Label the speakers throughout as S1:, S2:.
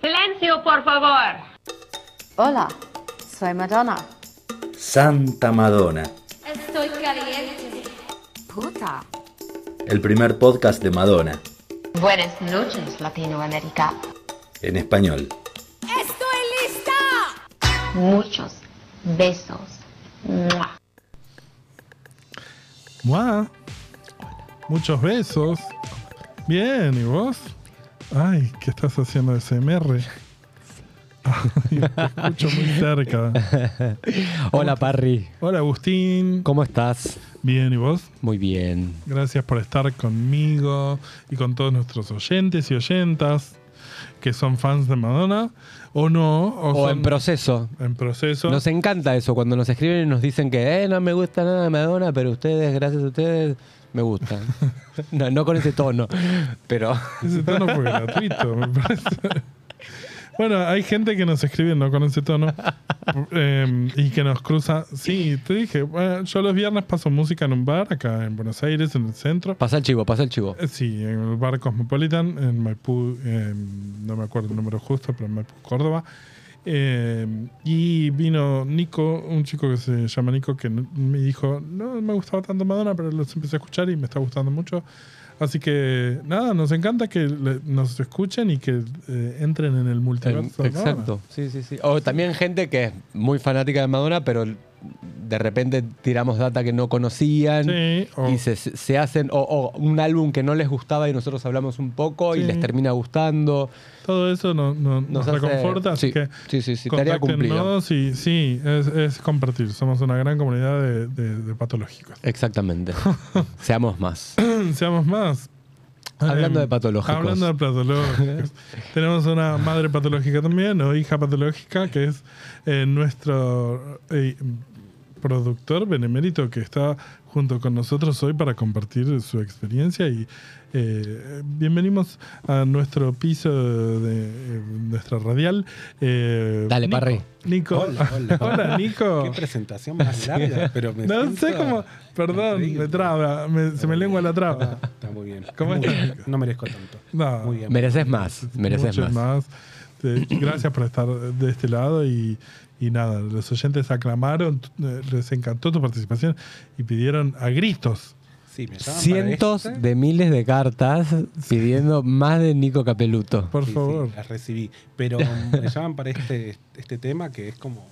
S1: Silencio, por favor.
S2: Hola, soy Madonna.
S3: Santa Madonna.
S1: Estoy caliente.
S2: Puta.
S3: El primer podcast de Madonna.
S1: Buenas noches, Latinoamérica.
S3: En español.
S4: ¡Estoy lista!
S1: Muchos besos. ¡Mua!
S5: Mua. Muchos besos. Bien, ¿y vos? Ay, ¿qué estás haciendo de SMR? Te escucho muy cerca.
S6: Hola Parry,
S5: Hola, Agustín.
S6: ¿cómo estás?
S5: Bien, ¿y vos?
S6: Muy bien.
S5: Gracias por estar conmigo y con todos nuestros oyentes y oyentas que son fans de Madonna o no. O,
S6: O
S5: son
S6: en proceso.
S5: en proceso.
S6: Nos encanta eso, cuando nos escriben y nos dicen que eh, no me gusta nada Madonna, pero ustedes, gracias a ustedes, me gustan. no, no con ese tono, pero...
S5: Ese tono fue gratuito, me parece. Bueno, hay gente que nos escribe no con ese tono eh, y que nos cruza. Sí, te dije, bueno, yo los viernes paso música en un bar acá en Buenos Aires, en el centro.
S6: Pasa el chivo, pasa el chivo.
S5: Eh, Sí, en el bar Cosmopolitan, en Maipú, eh, no me acuerdo el número justo, pero en Maipú, Córdoba. Eh, y vino Nico, un chico que se llama Nico, que n- me dijo, no me gustaba tanto Madonna, pero los empecé a escuchar y me está gustando mucho. Así que nada, nos encanta que le- nos escuchen y que eh, entren en el multiverso. de Madonna.
S6: Em, Exacto, sí, sí, sí. O también gente que es muy fanática de Madonna, pero de repente tiramos data que no conocían
S5: Sí, o-
S6: y se, se hacen, o, o un álbum que no les gustaba y nosotros hablamos un poco
S5: Sí.
S6: y les termina gustando.
S5: Todo eso no- no- nos,
S6: hace-
S5: reconforta, así
S6: sí,
S5: que
S6: sí, sí, sí, tarea cumplida.
S5: contáctennos y sí, es, es compartir. Somos una gran comunidad de, de- de patológicos.
S6: Exactamente. Seamos más.
S5: Seamos más.
S6: Hablando
S5: Em,
S6: de patológicos.
S5: Hablando de patológicos. Tenemos una madre patológica también, o hija patológica, que es eh, nuestro eh, productor benemérito que está junto con nosotros hoy para compartir su experiencia y eh, bienvenimos a nuestro piso de eh, nuestra radial. eh,
S6: Dale,
S5: Nico.
S6: Parry.
S5: Nico.
S7: Hola, hola.
S5: Hola, Nico.
S7: Qué presentación más larga, pero me
S5: No
S7: siento-
S5: sé cómo, perdón,
S7: horrible.
S5: me traba, me- se me lengua la traba.
S7: Está, está muy bien.
S5: ¿Cómo
S7: Muy
S5: estás?
S7: bien. No merezco tanto.
S5: No.
S7: Muy bien.
S6: Mereces más. Mereces
S5: Muchas
S6: más.
S5: más. Te- gracias por estar de este lado y, y nada, los oyentes aclamaron, t- eh, les encantó tu participación y pidieron a gritos.
S7: Sí,
S6: Ah,
S7: me llaman para
S6: Cientos
S7: este.
S6: de miles de cartas pidiendo más de Nico Capeluto.
S5: Por
S7: Sí, sí,
S5: favor.
S7: las recibí. Pero um, me llaman para este, este tema que es como.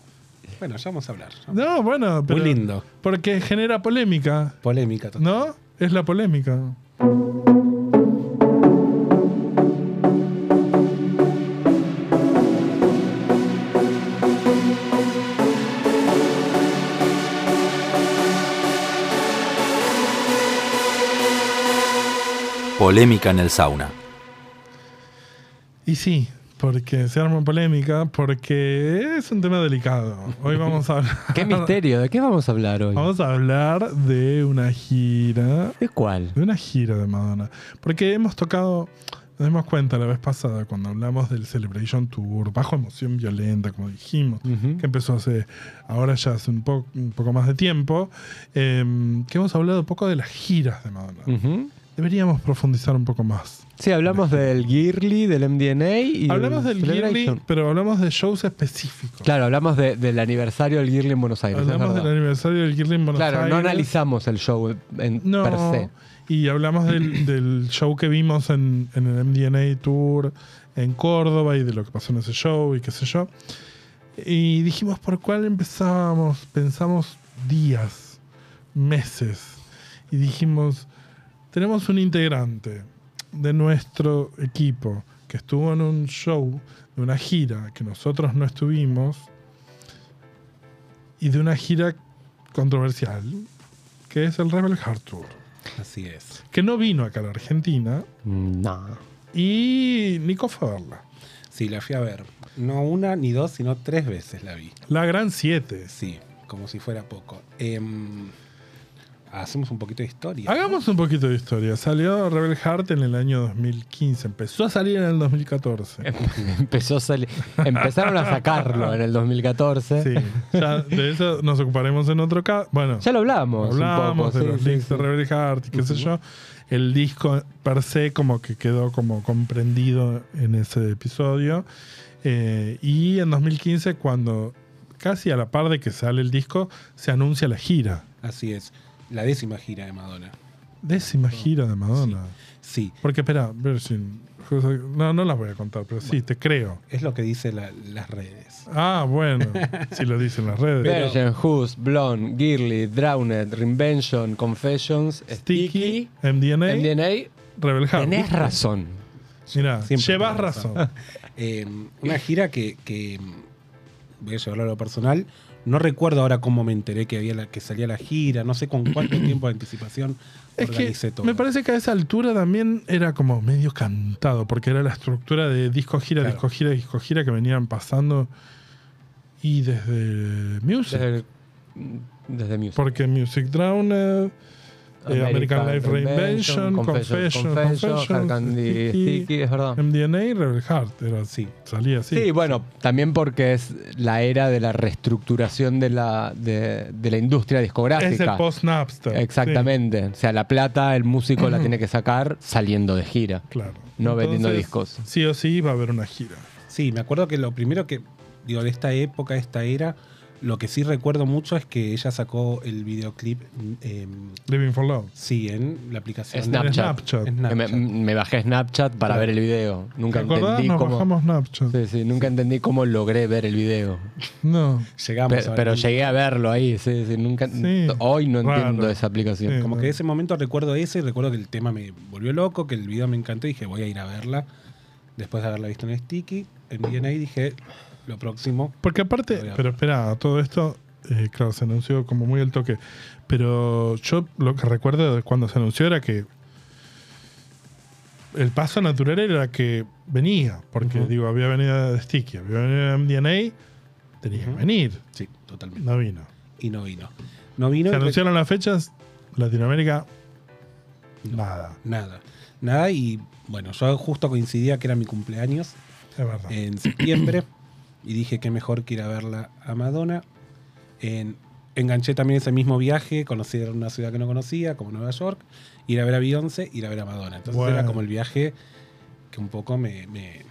S7: Bueno, ya vamos a hablar. ya vamos-
S5: No, bueno, pero-
S7: Muy lindo.
S5: Porque genera polémica,
S7: Polémica. total.
S5: ¿no? Es la polémica.
S3: Polémica en el sauna.
S5: Y sí, porque se arma polémica, porque es un tema delicado. Hoy vamos a hablar.
S6: Qué misterio. ¿De qué vamos a hablar hoy?
S5: Vamos a hablar de una gira
S6: ¿De cuál?
S5: De una gira de Madonna. Porque hemos tocado, nos dimos cuenta la vez pasada cuando hablamos del Celebration Tour, bajo emoción violenta, como dijimos,
S6: Ujú.
S5: que empezó hace, ahora ya hace un, po- un poco más de tiempo, em, que hemos hablado un poco de las giras de Madonna.
S6: Ujú.
S5: Deberíamos profundizar un poco más.
S6: Sí, hablamos del Girly, del MDNA y.
S5: Hablamos del Girly,
S6: Celebration.
S5: pero hablamos de shows específicos.
S6: Claro, hablamos de- del aniversario del Girly en Buenos Aires. es
S5: hablamos del
S6: verdad.
S5: aniversario del Girly en Buenos
S6: claro, no
S5: Aires.
S6: analizamos el show en
S5: No,
S6: per se.
S5: Y hablamos del, del show que vimos en, en el MDNA Tour en Córdoba y de lo que pasó en ese show y qué sé yo. Y dijimos por cuál empezábamos. Pensamos días, meses. Y dijimos, tenemos un integrante de nuestro equipo que estuvo en un show, de una gira que nosotros no estuvimos, y de una gira controversial, que es el Rebel Heart Tour
S7: Así es.
S5: que no vino acá a la Argentina
S6: Mm, No.
S5: y Nico fue a verla.
S7: Sí, la fui a ver. No una ni dos, sino tres veces la vi.
S5: La Gran 7.
S7: Sí, como si fuera poco. Em, hacemos un poquito de historia.
S5: Hagamos un poquito de historia. Salió Rebel Heart en el año 2015, empezó a salir en el 2014.
S6: Empezó a salir- empezaron a sacarlo en el 2014.
S5: Sí, ya de eso nos ocuparemos en otro caso. Bueno,
S6: Ya lo hablamos. un
S5: hablamos
S6: poco,
S5: de
S6: sí,
S5: los
S6: sí,
S5: links
S6: sí.
S5: de Rebel Heart y qué sé yo. El disco per se como que quedó como comprendido en ese episodio. Eh, y en 2015, cuando casi a la par de que sale el disco, se anuncia la gira.
S7: Así es. La décima gira de Madonna.
S5: Décima
S6: Ah,
S5: gira de Madonna.
S7: Sí.
S5: Porque, espera, Virgin. No, no las voy a contar, pero sí, te creo.
S7: Es lo que dicen la- las redes.
S5: Ah, bueno, si lo dicen las redes.
S6: Virgin, Who's, Blonde, Girly, Drowned, Reinvention, Confessions,
S5: Sticky,
S6: Sticky,
S5: MDNA,
S6: MDNA.
S5: Rebel Heart.
S6: Tenés razón.
S5: Mirá,
S7: Siempre
S5: llevas
S7: tenés
S5: razón.
S7: razón. Eh, una gira que, que, mm, voy a llevarlo a lo personal. No recuerdo ahora cómo me enteré que había la, que salía la gira, no sé con cuánto tiempo de anticipación
S5: Es que
S7: organicé todo.
S5: me parece que a esa altura también era como medio cantado, porque era la estructura de disco gira,
S7: Claro.
S5: disco gira, disco gira que venían pasando. Y desde Music.
S6: Desde, el- desde Music.
S5: porque Music Drowned, eh, American Life Reinvention,
S6: Confession,
S5: Confession, Confession,
S6: Hard Candy,
S5: Sticky,
S6: Sticky, es verdad.
S5: MDNA y Rebel Heart. Era así,
S7: Sí.
S5: salía así.
S6: Sí, bueno, también porque es la era de la reestructuración de la, de, de la industria discográfica.
S5: es el post-Napster. sí,
S6: Exactamente. O sea, la plata el músico la tiene que sacar saliendo de gira.
S5: claro.
S6: No vendiendo
S5: Entonces,
S6: discos.
S5: Sí o sí va a haber una gira.
S7: Sí, me acuerdo que lo primero que, digo, de esta época, de esta era, lo que sí recuerdo mucho es que ella sacó el videoclip, eh,
S5: Living for Love.
S7: sí, en la aplicación
S5: En
S6: Snapchat.
S5: Snapchat.
S7: En
S6: Que Me,
S7: Snapchat.
S6: me bajé Snapchat para
S7: Claro.
S6: ver el video.
S5: ¿Te
S6: Nunca
S5: acordás?
S6: entendí
S5: Nos
S6: cómo.
S5: bajamos Snapchat.
S6: Sí, sí, nunca entendí cómo logré ver el video.
S5: No.
S7: Llegamos
S6: Pe-
S7: a
S6: Pero,
S7: ver el-
S6: llegué a verlo ahí, sí, sí, nunca,
S5: Sí,
S6: hoy no
S5: raro.
S6: entiendo esa aplicación.
S5: Sí.
S7: Como que de ese momento recuerdo ese y recuerdo que el tema me volvió loco, que el video me encantó y dije, voy a ir a verla. Después de haberla visto en Sticky, en DNA dije, lo próximo.
S5: Porque aparte,
S7: Todavía.
S5: pero espera, todo esto, eh, claro, se anunció como muy al toque. Pero yo lo que recuerdo de cuando se anunció era que el paso natural era que venía, porque digo, había venido de Sticky, había venido de MDNA, tenía que venir.
S7: Sí, totalmente.
S5: No vino.
S7: Y no vino. No vino
S5: se
S7: y rec-
S5: anunciaron las fechas, Latinoamérica, nada.
S7: nada. Nada y bueno, yo justo coincidía que era mi cumpleaños
S5: Es verdad.
S7: en septiembre y dije que mejor que ir a verla a Madonna. En- enganché también ese mismo viaje, conocí una ciudad que no conocía, como Nueva York, ir a ver a Beyoncé, ir a ver a Madonna. Entonces
S5: Bueno.
S7: era como el viaje que un poco me... me-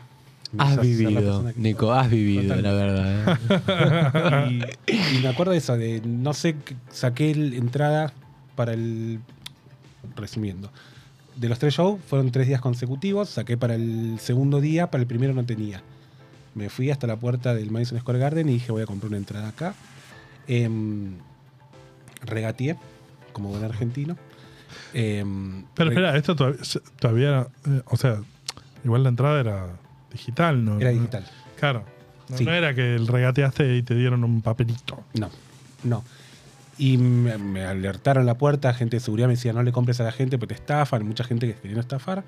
S7: me
S6: Has
S7: hizo ser la
S6: vivido,
S7: persona que
S6: Nico,
S7: soy.
S6: has vivido, la
S7: Totalmente.
S6: verdad. ¿eh?
S7: Y, y me acuerdo de eso, de no sé, que saqué el- entrada para el... Resumiendo. De los tres shows fueron tres días consecutivos, saqué para el segundo día, para el primero no tenía. Me fui hasta la puerta del Madison Square Garden y dije voy a comprar una entrada acá. Em, regateé, como buen argentino. Em,
S5: pero
S7: re-
S5: espera, esto todavía, todavía eh, o sea, igual la entrada era digital, ¿no?
S7: Era digital.
S5: Claro. No,
S7: Sí.
S5: no era que el regateaste y te dieron un papelito.
S7: No, no. Y me, me alertaron la puerta, gente de seguridad me decía, no le compres a la gente porque te estafan, mucha gente que querían estafar.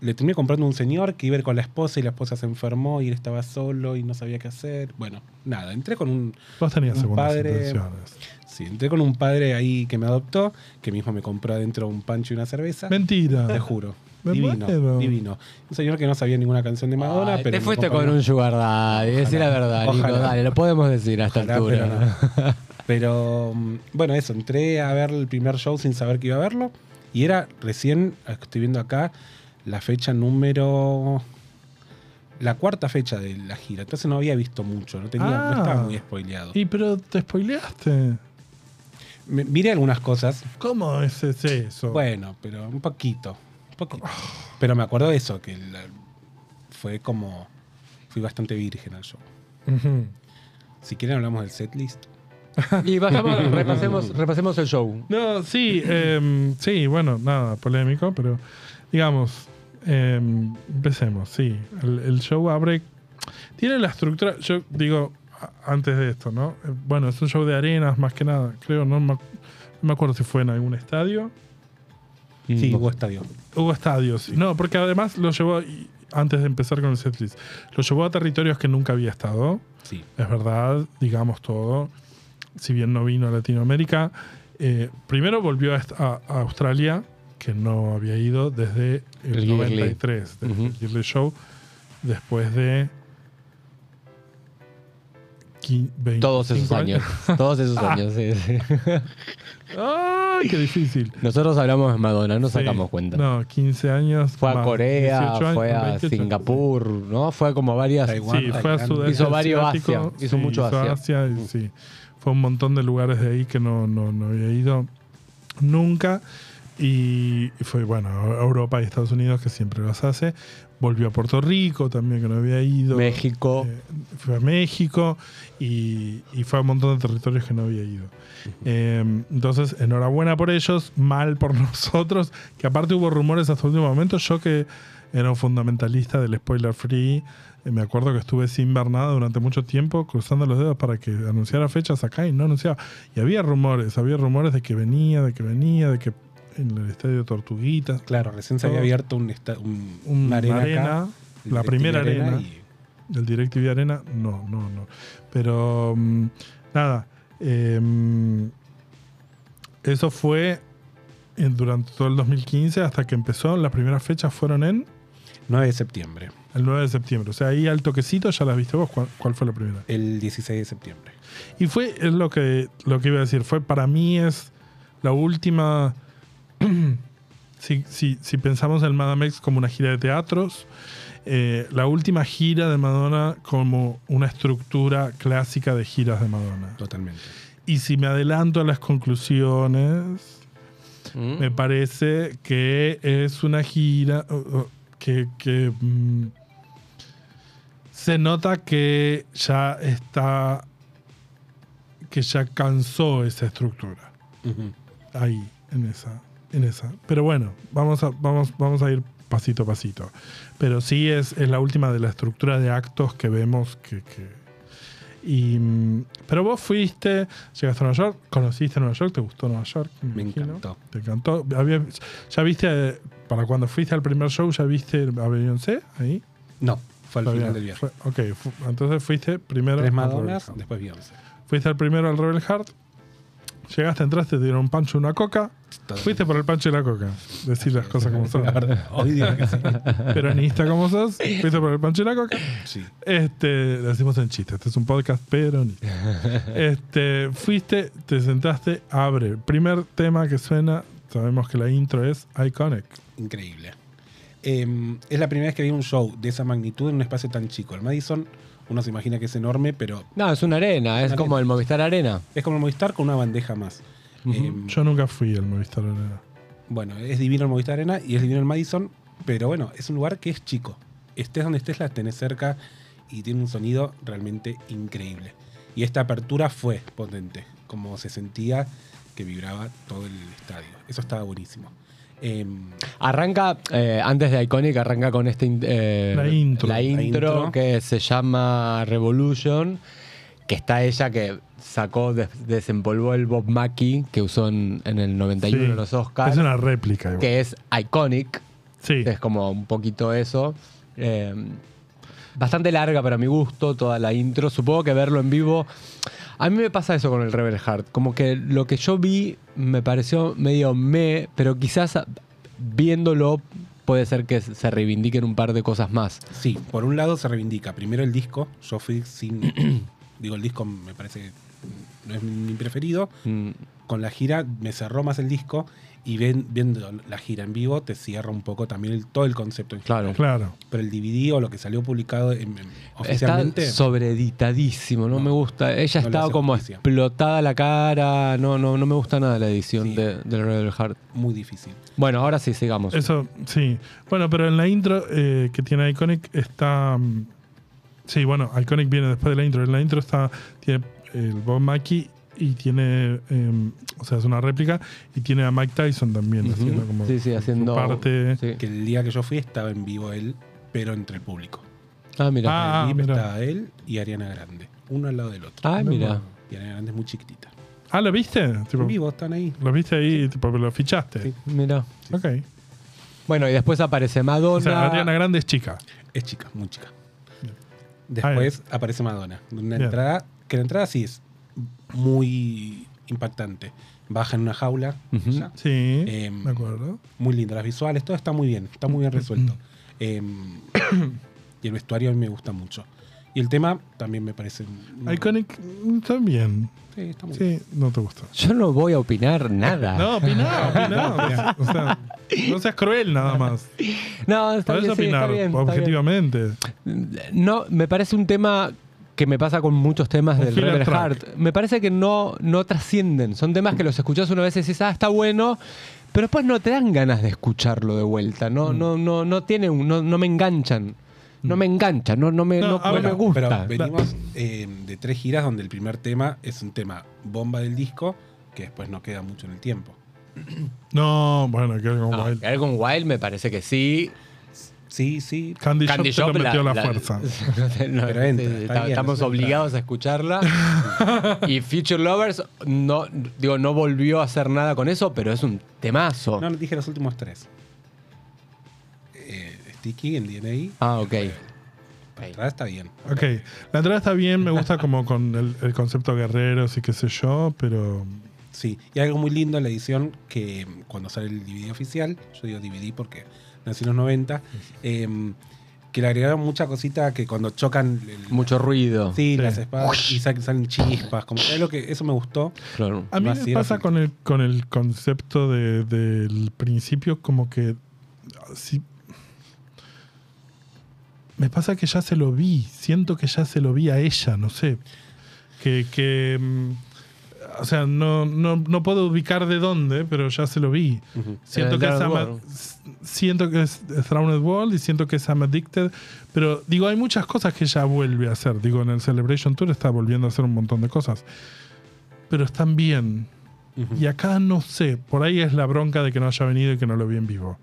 S7: Le terminé comprando a un señor que iba a ir con la esposa y la esposa se enfermó y él estaba solo y no sabía qué hacer. Bueno, nada, entré con un,
S5: Vos tenías
S7: Un
S5: segundas
S7: padre-
S5: intenciones.
S7: sí, entré con un padre ahí que me adoptó, que mismo me compró adentro un pancho y una cerveza.
S5: Mentira.
S7: Te juro.
S5: Me
S7: Divino,
S5: muero.
S7: divino. Un señor que no sabía ninguna canción de Madonna,
S6: Ay,
S7: pero...
S6: te
S7: me
S6: fuiste con
S7: acompañó.
S6: un sugar daddy, decí la verdad, Nico,
S7: Ojalá.
S6: dale, lo podemos decir a esta
S7: Ojalá,
S6: altura.
S7: Pero, no. Pero, mm, bueno, eso, entré a ver el primer show sin saber que iba a verlo. Y era recién, ah, estoy viendo acá, la fecha número. La cuarta fecha de la gira. Entonces no había visto mucho, no, tenía, no
S5: Ah.
S7: estaba muy spoileado.
S5: Y pero te spoileaste.
S7: Me- miré algunas cosas,
S5: ¿Cómo es es eso?
S7: bueno, pero un poquito. un poquito. Pero me acuerdo de eso, que la- fue como. Fui bastante virgen al show.
S5: Ujú.
S7: Si quieren, hablamos del setlist.
S6: Y bajamos, repasemos, repasemos el show.
S5: No, sí, em, sí, bueno, nada, polémico, pero digamos, em, empecemos, sí. El, el show abre. Tiene la estructura, yo digo, a- antes de esto, ¿no? Eh, Bueno, es un show de arenas más que nada, creo, no me, ac- no me acuerdo si fue en algún estadio.
S7: Sí,
S6: Mm.
S7: hubo estadio.
S5: Hubo estadios. No, porque además lo llevó, y antes de empezar con el setlist, lo llevó a territorios que nunca había estado.
S7: Sí.
S5: Es verdad, digamos todo. Si bien no vino a Latinoamérica, eh, primero volvió a, est- a- a Australia, que no había ido desde el,
S6: El Yearly.
S5: 93, desde el
S6: Ujú.
S5: Yearly Show, después de qui- 25
S6: Todos esos años. Todos esos
S7: Ah.
S6: años, sí, sí.
S5: ¡Ay, qué difícil!
S6: Nosotros hablamos de Madonna, no
S5: Sí.
S6: sacamos cuenta.
S5: No, 15 años.
S6: Fue a
S5: más
S6: Corea,
S5: 18 años,
S6: fue a
S5: 28.
S6: Singapur, ¿no? Fue como varias.
S7: Taiwán.
S5: Sí, fue a
S7: Hizo
S5: Sudeste
S6: varios
S5: Asiático,
S6: Asia, hizo
S5: sí,
S6: mucho Asia.
S5: y sí, fue un montón de lugares de ahí que no, no, no había ido nunca. Y fue, bueno, a Europa y Estados Unidos, que siempre los hace. Volvió a Puerto Rico también, que no había ido.
S6: México.
S5: Eh, fue a México y, y fue a un montón de territorios que no había ido. Eh, entonces, enhorabuena por ellos, mal por nosotros, que aparte hubo rumores hasta el último momento. Yo que era un fundamentalista del spoiler free, eh, me acuerdo que estuve sin ver nada durante mucho tiempo, cruzando los dedos para que anunciara fechas acá y no anunciaba. Y había rumores, había rumores de que venía, de que venía, de que en el estadio Tortuguitas.
S7: Claro, recién se había
S5: Todo.
S7: abierto un, esta- un-
S5: Una
S7: una arena,
S5: arena,
S7: acá, este,
S5: la
S7: el
S5: primera
S7: Directv
S5: arena. del DirecTV Arena, no, no, no. Pero mm, nada, em, eso fue en- durante todo el 2015 hasta que empezó. Las primeras fechas fueron en
S7: y 9 de septiembre,
S5: el 9 de septiembre. O sea, ahí al toquecito ya las viste vos. ¿Cuál, cuál fue la primera?
S7: el 16 de septiembre.
S5: Y fue es lo que, lo que iba a decir. Fue para mí es la última. si, si- si pensamos en Madame X como una gira de teatros, eh, la última gira de Madonna como una estructura clásica de giras de Madonna.
S7: Totalmente.
S5: Y si me adelanto a las conclusiones,
S6: Mm.
S5: me parece que es una gira uh, uh, que, que, mm, se nota que ya está, que ya cansó esa estructura
S7: Ujú.
S5: ahí, en esa, en esa. Pero bueno, vamos a, vamos, vamos a ir pasito a pasito. Pero sí es, es la última de la estructura de actos que vemos que. que- y, mm, pero vos fuiste, llegaste a Nueva York, conociste Nueva York, te gustó Nueva York.
S7: Me
S5: imagino.
S7: encantó.
S5: Te encantó. Había- ya viste, eh, para cuando fuiste al primer show, ya viste a Beyoncé ahí.
S7: No, fue al
S5: Todavía
S7: final
S5: no.
S7: del viaje.
S5: Fue- ok, fu- entonces fuiste primero.
S7: Tres
S5: al
S7: Madonas,
S5: Rebel Heart.
S7: después Beyoncé.
S5: Fuiste al primero al Rebel Heart. Llegaste, entraste, te dieron un pancho y una coca. Fuiste por el pancho y la coca. Decir las cosas como son.
S7: La verdad, hoy digo que sí.
S5: Peronista como sos, fuiste por el pancho y la coca.
S7: Sí.
S5: Este, lo decimos en chiste, este es un podcast peronista. Este, fuiste, te sentaste, abre. Primer tema que suena, sabemos que la intro es Iconic.
S7: Increíble. Eh, es la primera vez que vi un show de esa magnitud en un espacio tan chico. El Madison, uno se imagina que es enorme, pero
S6: No, es una arena, es
S7: Una
S6: como
S7: arena.
S6: el Movistar Arena.
S7: es como el Movistar con una bandeja más.
S6: Em,
S7: Eh,
S5: Mm, Yo nunca fui al Movistar Arena.
S7: bueno, es divino el Movistar Arena y es divino el Madison, pero bueno, es un lugar que es chico. Estés donde estés, la tenés cerca y tiene un sonido realmente increíble. Y esta apertura fue potente, como se sentía que vibraba todo el estadio. Eso estaba buenísimo. Em,
S6: Arranca, eh, antes de Iconic, arranca con este... in- eh,
S5: La intro.
S6: La intro,
S7: intro.
S6: que se llama Revolution, que está ella que sacó, des- desempolvó el Bob Mackie que usó en, en el 91
S5: Sí.
S6: en los Oscars,
S5: Es una réplica. igual.
S6: que es Iconic,
S5: Sí.
S6: es como un poquito eso. Eh, bastante larga para mi gusto, toda la intro. Supongo que verlo en vivo. A mí me pasa eso con el Rebel Heart. Como que lo que yo vi me pareció medio me, pero quizás a- viéndolo puede ser que se reivindiquen un par de cosas más.
S7: Sí, por un lado se reivindica. Primero el disco. Yo fui sin. digo, el disco me parece que no es mi preferido.
S6: Mm,
S7: Con la gira me cerró más el disco. Y ven- viendo la gira en vivo te cierra un poco también el- todo el concepto. en
S6: Claro.
S7: general.
S5: Claro.
S7: Pero el DVD o lo que salió publicado en- en-
S6: Está
S7: oficialmente.
S6: sobreeditadísimo, no,
S7: No.
S6: me gusta. Ella
S7: No le
S6: estaba
S7: hace
S6: como
S7: justicia.
S6: explotada la cara. No, no, no me gusta nada la edición
S7: Sí.
S6: de- del Rebel Heart.
S7: muy difícil.
S6: Bueno, ahora sí, sigamos.
S5: Eso, sí. Bueno, pero en la intro eh, que tiene Iconic está. mm, Sí, bueno, Iconic viene después de la intro. En la intro está. Tiene el Bob Mackie y tiene. em, o sea, es una réplica. Y tiene a Mike Tyson también
S6: Ujú.
S5: haciendo como.
S6: sí, sí,
S5: su
S6: haciendo.
S5: parte.
S6: sí.
S7: Que el día que yo fui estaba en vivo él, pero entre el público.
S6: Ah, mira.
S5: Ah,
S7: en vivo
S5: mirá.
S7: estaba él y Ariana Grande. Uno al lado del otro.
S6: Ah, mira.
S7: Y Ariana Grande es muy chiquitita.
S5: Ah, ¿lo viste? Tipo,
S7: En vivo están ahí.
S5: ¿Lo viste ahí? Tipo, ¿Lo fichaste?
S7: Sí.
S6: Mira.
S5: Ok.
S6: Bueno, y después aparece Madonna.
S5: O sea, Ariana Grande es chica.
S7: Es chica, muy chica.
S5: Bien.
S7: Después aparece Madonna. Una
S5: Bien.
S7: entrada. Que la entrada sí es muy impactante. Baja en una jaula.
S6: Ujú.
S7: ya.
S5: Sí.
S7: Em,
S5: me acuerdo.
S7: Muy linda. Las visuales,
S6: Mm,
S7: Eh, todo está muy bien. Está muy bien resuelto. Em, y el vestuario a mí me gusta mucho. Y el tema también me parece. mm,
S5: Iconic mm, también.
S7: Sí, está muy bien.
S5: Sí, no te gusta.
S6: Yo no voy a opinar nada.
S5: No, opiná, opiná. O sea, no seas cruel nada más.
S6: No, está bien,
S5: Podés
S6: sí, está
S5: opinar
S6: bien, está bien.
S5: objetivamente.
S6: No, me parece un tema que me pasa con muchos temas
S5: Un
S6: del
S5: filler
S6: Rebel
S5: track.
S6: Heart. Me parece que no, no trascienden. Son temas que los escuchás una vez y decís, ah, está bueno, pero después no te dan ganas de escucharlo de vuelta.
S5: Mm.
S6: No, no, no, no tiene un- no, no me enganchan. No me enganchan, no, no me,
S5: No,
S6: no-
S5: ah,
S6: no
S5: bueno,
S6: me gusta.
S7: Pero venimos eh, de tres giras donde el primer tema es un tema bomba del disco que después no queda mucho en el tiempo.
S5: No, bueno, que algo
S6: No, eh,
S5: wild.
S6: Algo en Wild me parece que sí.
S7: Sí, sí.
S5: Candy,
S6: Candy
S5: Shop te
S6: Shop
S5: lo metió la, fuerza.
S6: no,
S7: Pero entra,
S6: sí, sí,
S7: está bien,
S6: estamos
S7: eso entra.
S6: obligados a escucharla. y Future Lovers no, digo, no volvió a hacer nada con eso, pero es un temazo.
S7: No, dije los últimos tres. Eh, Sticky en DNA.
S6: Ah, ok.
S7: Para atrás está bien.
S5: Ok, la entrada está bien, me gusta como con el, el concepto guerreros y qué sé yo, pero
S7: Sí, y algo muy lindo en la edición que mm, cuando sale el DVD oficial, yo digo DVD porque nací en los 90, em, que le agregaron mucha cosita que cuando chocan el-
S6: Mucho ruido.
S5: Sí.
S7: sí, las espadas y sa- salen chispas, como que es lo que eso me gustó.
S6: Claro.
S5: a mí
S7: Más
S5: me
S7: ir a
S5: pasa
S7: sentir.
S5: con el, con el concepto de- del principio como que... ah, sí. me pasa que ya se lo vi, siento que ya se lo vi a ella, no sé. Que... que mm, o sea, no, no, no puedo ubicar de dónde, pero ya se lo vi. Siento
S6: El
S5: que, es
S6: Drowned
S5: ama-
S6: World.
S5: s- siento que es Thrown World y siento que es I'm Addicted. Pero digo, hay muchas cosas que ella vuelve a hacer. Digo, en el Celebration Tour está volviendo a hacer un montón de cosas. Pero están bien. Y acá no sé. Por ahí es la bronca de que no haya venido y que no lo vi en vivo.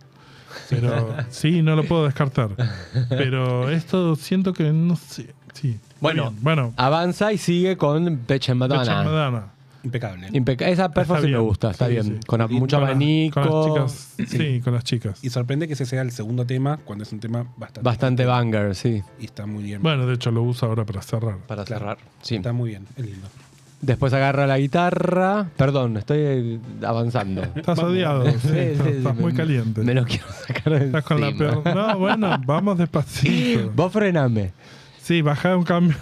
S5: Pero sí, no lo puedo descartar. Pero esto siento que no sé. Sí. está
S6: Bueno,
S5: bien. bueno.
S6: Avanza y sigue con Pecha en
S5: Pecha
S6: Madonna.
S5: Madonna.
S7: Impecable.
S6: Impeca- Esa
S5: Está
S6: performance sí me
S5: bien.
S6: gusta, está
S5: Sí,
S6: bien.
S5: sí.
S6: Con a-
S7: Lindo.
S6: mucho
S5: Con las-
S6: abanico.
S5: Con las chicas. Sí, con las chicas.
S7: Y sorprende que ese sea el segundo tema cuando es un tema bastante.
S6: Bastante banger, sí.
S7: Y está muy bien.
S5: Bueno, de hecho lo uso ahora para cerrar.
S6: Para
S7: Claro.
S6: cerrar. Sí.
S7: Está muy bien, es lindo.
S6: Después agarra la guitarra. Perdón, estoy avanzando.
S5: Estás odiado, sí,
S6: Sí, sí,
S5: estás,
S6: sí,
S5: estás
S6: me-
S5: muy caliente.
S6: Me lo quiero sacar de
S5: Estás con la
S6: encima.
S5: peor. No, bueno, vamos despacito.
S6: Vos frename.
S5: Sí, bajá un cambio.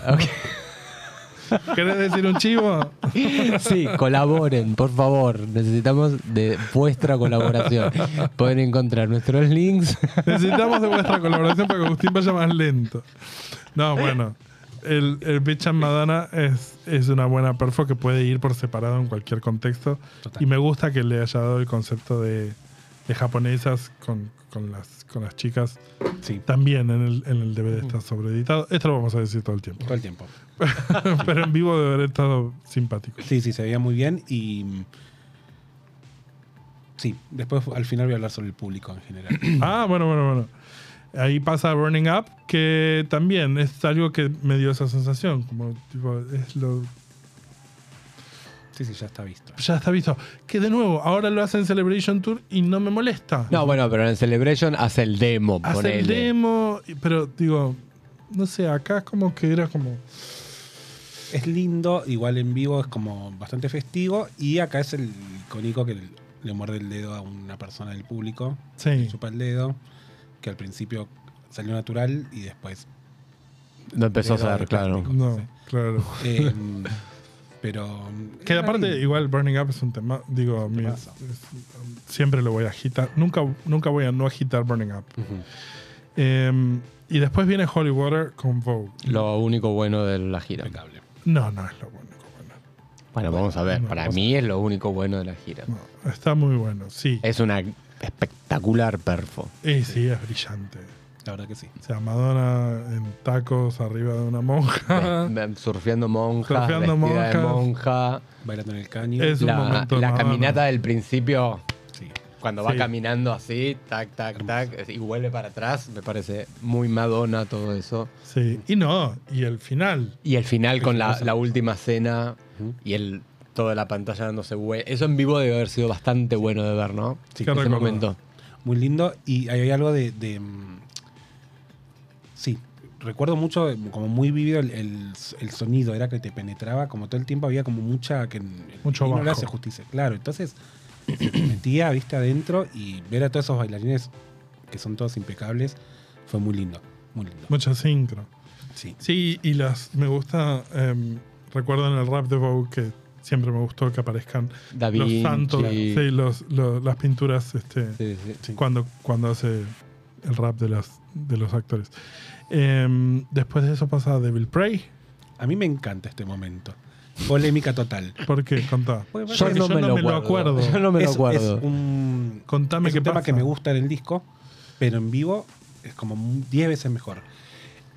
S5: ¿Querés decir un chivo?
S6: Sí, colaboren, por favor. Necesitamos de vuestra colaboración. Pueden encontrar nuestros links.
S5: Necesitamos de vuestra colaboración para que Agustín vaya más lento. No, bueno. El, el Bitch and Madonna es, es una buena perfo que puede ir por separado en cualquier contexto.
S7: Total.
S5: Y me gusta que le haya dado el concepto de, de japonesas con, con las, con las chicas.
S7: Sí,
S5: También en el, en el DVD está sobreeditado. Esto lo vamos a decir todo el tiempo.
S7: todo el tiempo.
S5: Pero en vivo debe haber estado simpático.
S7: Sí, sí, se veía muy bien y. mm, Sí, después al final voy a hablar sobre el público en general.
S5: Ah, bueno, bueno, bueno. Ahí pasa Burning Up, que también es algo que me dio esa sensación. Como, tipo, es lo.
S7: Sí, sí, ya está visto.
S5: Ya está visto. Que de nuevo, ahora lo hacen Celebration Tour y no me molesta.
S6: No, bueno, pero en el Celebration hace el demo.
S5: Hace el
S6: ponele.
S5: demo, y- pero digo, no sé, acá es como que era como.
S7: Es lindo, igual en vivo es como bastante festivo. Y acá es el icónico que le muerde el dedo a una persona del público.
S5: Sí.
S7: Le chupa el dedo. Que al principio salió natural y después.
S6: No empezó a
S7: Pero-
S6: ser, claro.
S5: No, claro.
S7: eh, mm, pero. mm,
S5: Que
S7: era
S5: aparte,
S7: lindo.
S5: igual Burning Up es un tema. Digo, mi-
S7: temazo.
S5: es- siempre lo voy a agitar. Nunca, nunca voy a no agitar Burning Up.
S7: Ujú.
S5: Em, y después viene Holy Water con Vogue.
S6: Lo único bueno de la gira.
S7: Impecable.
S5: No, no es lo único bueno.
S6: Bueno, vamos a ver. Para mí es lo único bueno de la gira.
S5: No, está muy bueno, sí.
S6: Es una espectacular perfo.
S5: Y sí, es brillante.
S7: La verdad que sí.
S5: O sea, Madonna en tacos arriba de una monja.
S6: Surfeando monjas,
S5: Surfeando
S6: vestida de
S5: monjas.
S6: monja.
S7: Bailando en el caño.
S5: Es un
S6: La,
S5: momento
S6: la
S5: Madonna.
S6: caminata del principio,
S7: Sí.
S6: cuando va
S5: Sí.
S6: caminando así, tac, tac, tac, y vuelve para atrás, me parece muy Madonna todo eso.
S5: Sí, y no, y el final.
S6: Y el final con la, la última cena y el, toda la pantalla dándose vuelta. Eso en vivo debe haber sido bastante bueno de ver, ¿no?
S5: ¿Qué
S6: ese
S5: recordás?
S6: momento.
S7: Muy lindo. Y hay hay algo de. de, mm, sí, recuerdo mucho, eh, como muy vivido el, el- el sonido, era que te penetraba, como todo el tiempo había como mucha. Que en- el
S5: Mucho
S7: vino le
S5: bajo.
S7: hace justicia, claro. Entonces se te metía, viste, adentro y ver a todos esos bailarines que son todos impecables fue muy lindo, muy lindo.
S5: Mucha sincro.
S7: Sí.
S5: Sí, y las me gusta. em, recuerdan el rap de Vogue que siempre me gustó que aparezcan
S6: Da
S5: los
S6: Vinci.
S5: santos, sí, los- los- las pinturas este,
S6: Sí, sí.
S5: cuando, cuando hace el rap de, las, de los actores. Em, después de eso pasa Devil Prey.
S7: A mí me encanta este momento. Polémica total.
S5: ¿Por qué? Contá.
S7: Porque
S5: Pues, Yo no me lo acuerdo.
S6: Yo no me lo
S7: es,
S6: acuerdo.
S7: es un,
S5: Contame
S7: es
S5: qué
S7: un tema
S5: pasa.
S7: que me gusta en el disco, pero en vivo es como 10 veces mejor.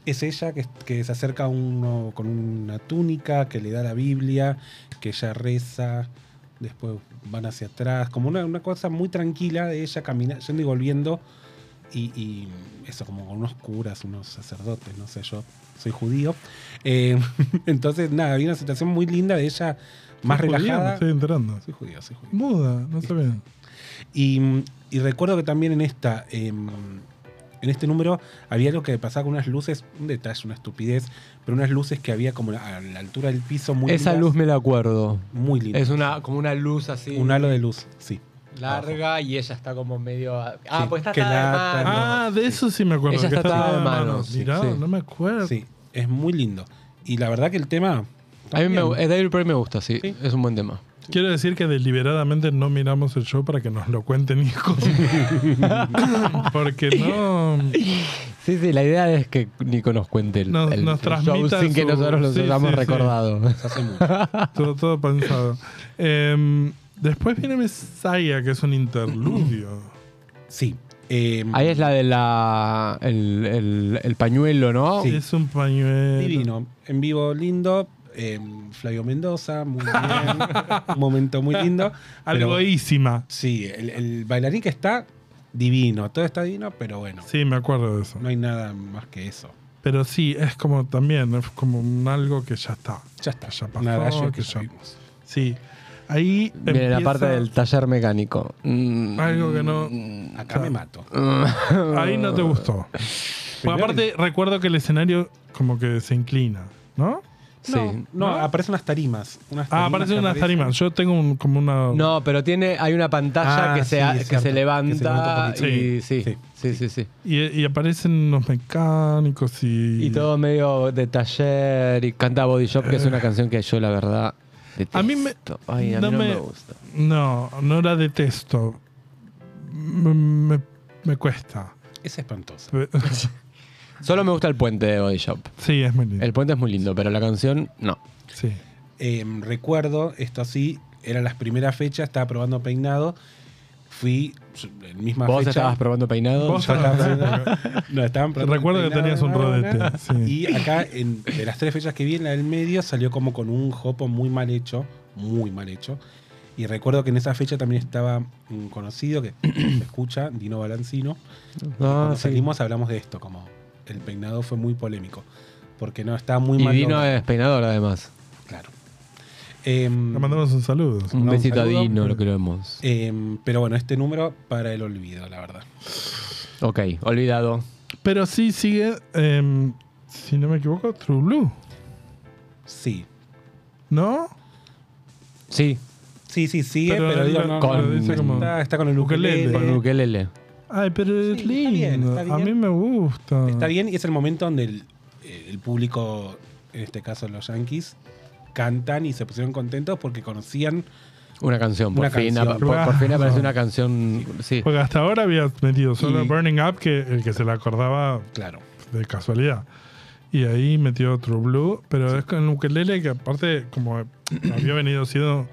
S7: Es ella que, que se acerca a uno con una túnica, que le da la Biblia, que ella reza, después van hacia atrás, como una, una cosa muy tranquila de ella caminando, yendo y volviendo, y, y eso, como con unos curas, unos sacerdotes, no sé, yo soy judío. Eh, entonces, nada, había una situación muy linda de ella más
S5: Soy judío, Me
S7: relajada.
S5: estoy enterando.
S7: Soy judío, soy judío.
S5: Muda, no sabía.
S7: Y, y recuerdo que también en esta. em, en este número había algo que pasaba con unas luces, un detalle, una estupidez, pero unas luces que había como a la altura del piso muy
S6: Esa
S7: lindas,
S6: luz me la acuerdo.
S7: muy linda.
S6: Es una, como una luz así
S7: un halo de luz, sí.
S6: larga y ella está como medio. Ah,
S7: Sí,
S6: pues está
S7: que
S6: atada de
S7: la-
S6: mano.
S5: Ah, de eso sí me acuerdo.
S6: Ella
S5: que
S6: está atada
S5: atada
S6: de manos, sí,
S5: Mirá,
S6: sí.
S5: no me acuerdo.
S7: Sí, es muy lindo. Y la verdad que el tema.
S6: A mí me,
S7: también.
S6: eh, David Perry me gusta, sí.
S7: Sí.
S6: Es un buen tema.
S5: Quiero decir que deliberadamente no miramos el show para que nos lo cuenten, Nico. Porque no.
S6: Sí, sí, la idea es que Nico nos cuente el,
S5: Nos-
S6: el-
S5: nos
S6: el show
S5: transmita
S6: sin que
S5: su-
S6: nosotros lo
S5: sí,
S6: hayamos
S5: sí, sí.
S6: recordado.
S7: Se hace mucho.
S5: Todo, todo pensado. Em, después viene Messiah, que es un interludio.
S7: Sí. em,
S6: Ahí es la de la el, el- el pañuelo, ¿no?
S5: Es un pañuelo.
S7: Divino. En vivo lindo. em, Flavio Mendoza, muy bien. un momento muy lindo. pero-
S5: Algoísima.
S7: Sí, el, el bailarín que está divino, todo está divino, pero bueno,
S5: Sí, me acuerdo de eso.
S7: no hay nada más que eso.
S5: Pero sí, es como también, es como un algo que ya está.
S7: Ya está,
S5: Ya pasó,
S7: nada gallo
S5: que
S7: que
S5: ya-
S7: sabemos.
S5: Sí. Ahí.
S6: Viene la
S5: empieza Ah,
S6: parte del taller mecánico. Mm,
S5: Algo que no.
S7: Acá me mato.
S5: Ahí no te gustó. Pues
S7: Primero-
S5: aparte, recuerdo que el escenario como que se inclina, ¿no?
S6: Sí.
S7: No, no, aparecen unas tarimas. Unas
S5: Ah,
S7: tarimas
S5: aparecen
S7: que
S5: unas
S7: aparecen.
S5: tarimas. Yo tengo un- como una.
S6: No, pero tiene, hay una pantalla
S7: Ah,
S6: que,
S7: sí,
S6: se,
S7: es
S6: a- que
S7: cierto,
S6: se levanta
S7: que
S5: se levanta un poquito.
S6: y sí,
S7: Sí,
S6: sí, sí, sí.
S5: Y, y aparecen unos mecánicos y.
S6: Y todo medio de taller y canta Body Shop, que es una canción que yo la verdad detesto.
S5: A mí me.
S6: Ay, a mí no, me... gusta.
S5: No, no la detesto. Me, me- me cuesta.
S7: Es espantoso.
S5: Pe-
S6: Solo me gusta el puente de Body Shop.
S5: Sí, es muy lindo.
S6: El puente es muy lindo, pero la canción no.
S5: Sí.
S7: Eh, recuerdo, esto así, eran las primeras fechas, estaba probando peinado. Fui, en misma
S6: Vos
S7: fecha.
S6: estabas probando peinado.
S5: Vos
S7: Yo estaba
S5: estabas-
S7: probando- no, estaban probando
S5: Recuerdo que
S7: peinado
S5: tenías
S7: de
S5: un
S7: Madonna,
S5: rodete. sí.
S7: Y acá, en, de las tres fechas que vi, en la del medio salió como con un jopo muy mal hecho, muy mal hecho. Y recuerdo que en esa fecha también estaba un conocido que se escucha, Dino Balancino.
S6: Ah,
S7: Cuando
S6: sí.
S7: salimos hablamos de esto, como el peinado fue muy polémico. Porque no, estaba muy
S6: Y
S7: mal.
S6: Dino
S7: logrado,
S6: es peinador además.
S7: Claro. Em,
S5: Le mandamos un saludo.
S6: Un
S7: No, un
S6: besito a
S7: saludo.
S6: Dino, lo queremos.
S7: em, pero bueno, este número para el olvido, la verdad.
S6: Ok, olvidado.
S5: Pero sí sigue, em, si no me equivoco, True Blue.
S7: Sí.
S5: ¿No?
S6: Sí,
S7: Sí, sí, sigue,
S5: Pero
S7: pero,
S5: él
S7: digo,
S5: lo-
S7: no,
S6: con-
S7: no,
S6: dice
S5: como-
S7: está, está con el
S5: Ukelele.
S7: ukelele.
S6: con Ukelele.
S5: Ay, pero es
S7: Sí, está
S5: lindo.
S7: bien, está
S5: A mí
S7: bien.
S5: me gusta.
S7: Está bien y es el momento donde el, el público, en este caso los Yankees, cantan y se pusieron contentos porque conocían.
S6: Una canción, por
S7: Una
S6: fin.
S7: canción.
S6: apa- Por, por fin
S5: Claro. Pues-
S6: aparece una canción. Sí.
S5: Porque hasta ahora había metido solo
S7: Y-
S5: Burning Up, que el que se la acordaba
S7: Claro.
S5: de casualidad. Y ahí metió True Blue, pero es con Ukelele, que aparte, como había venido siendo,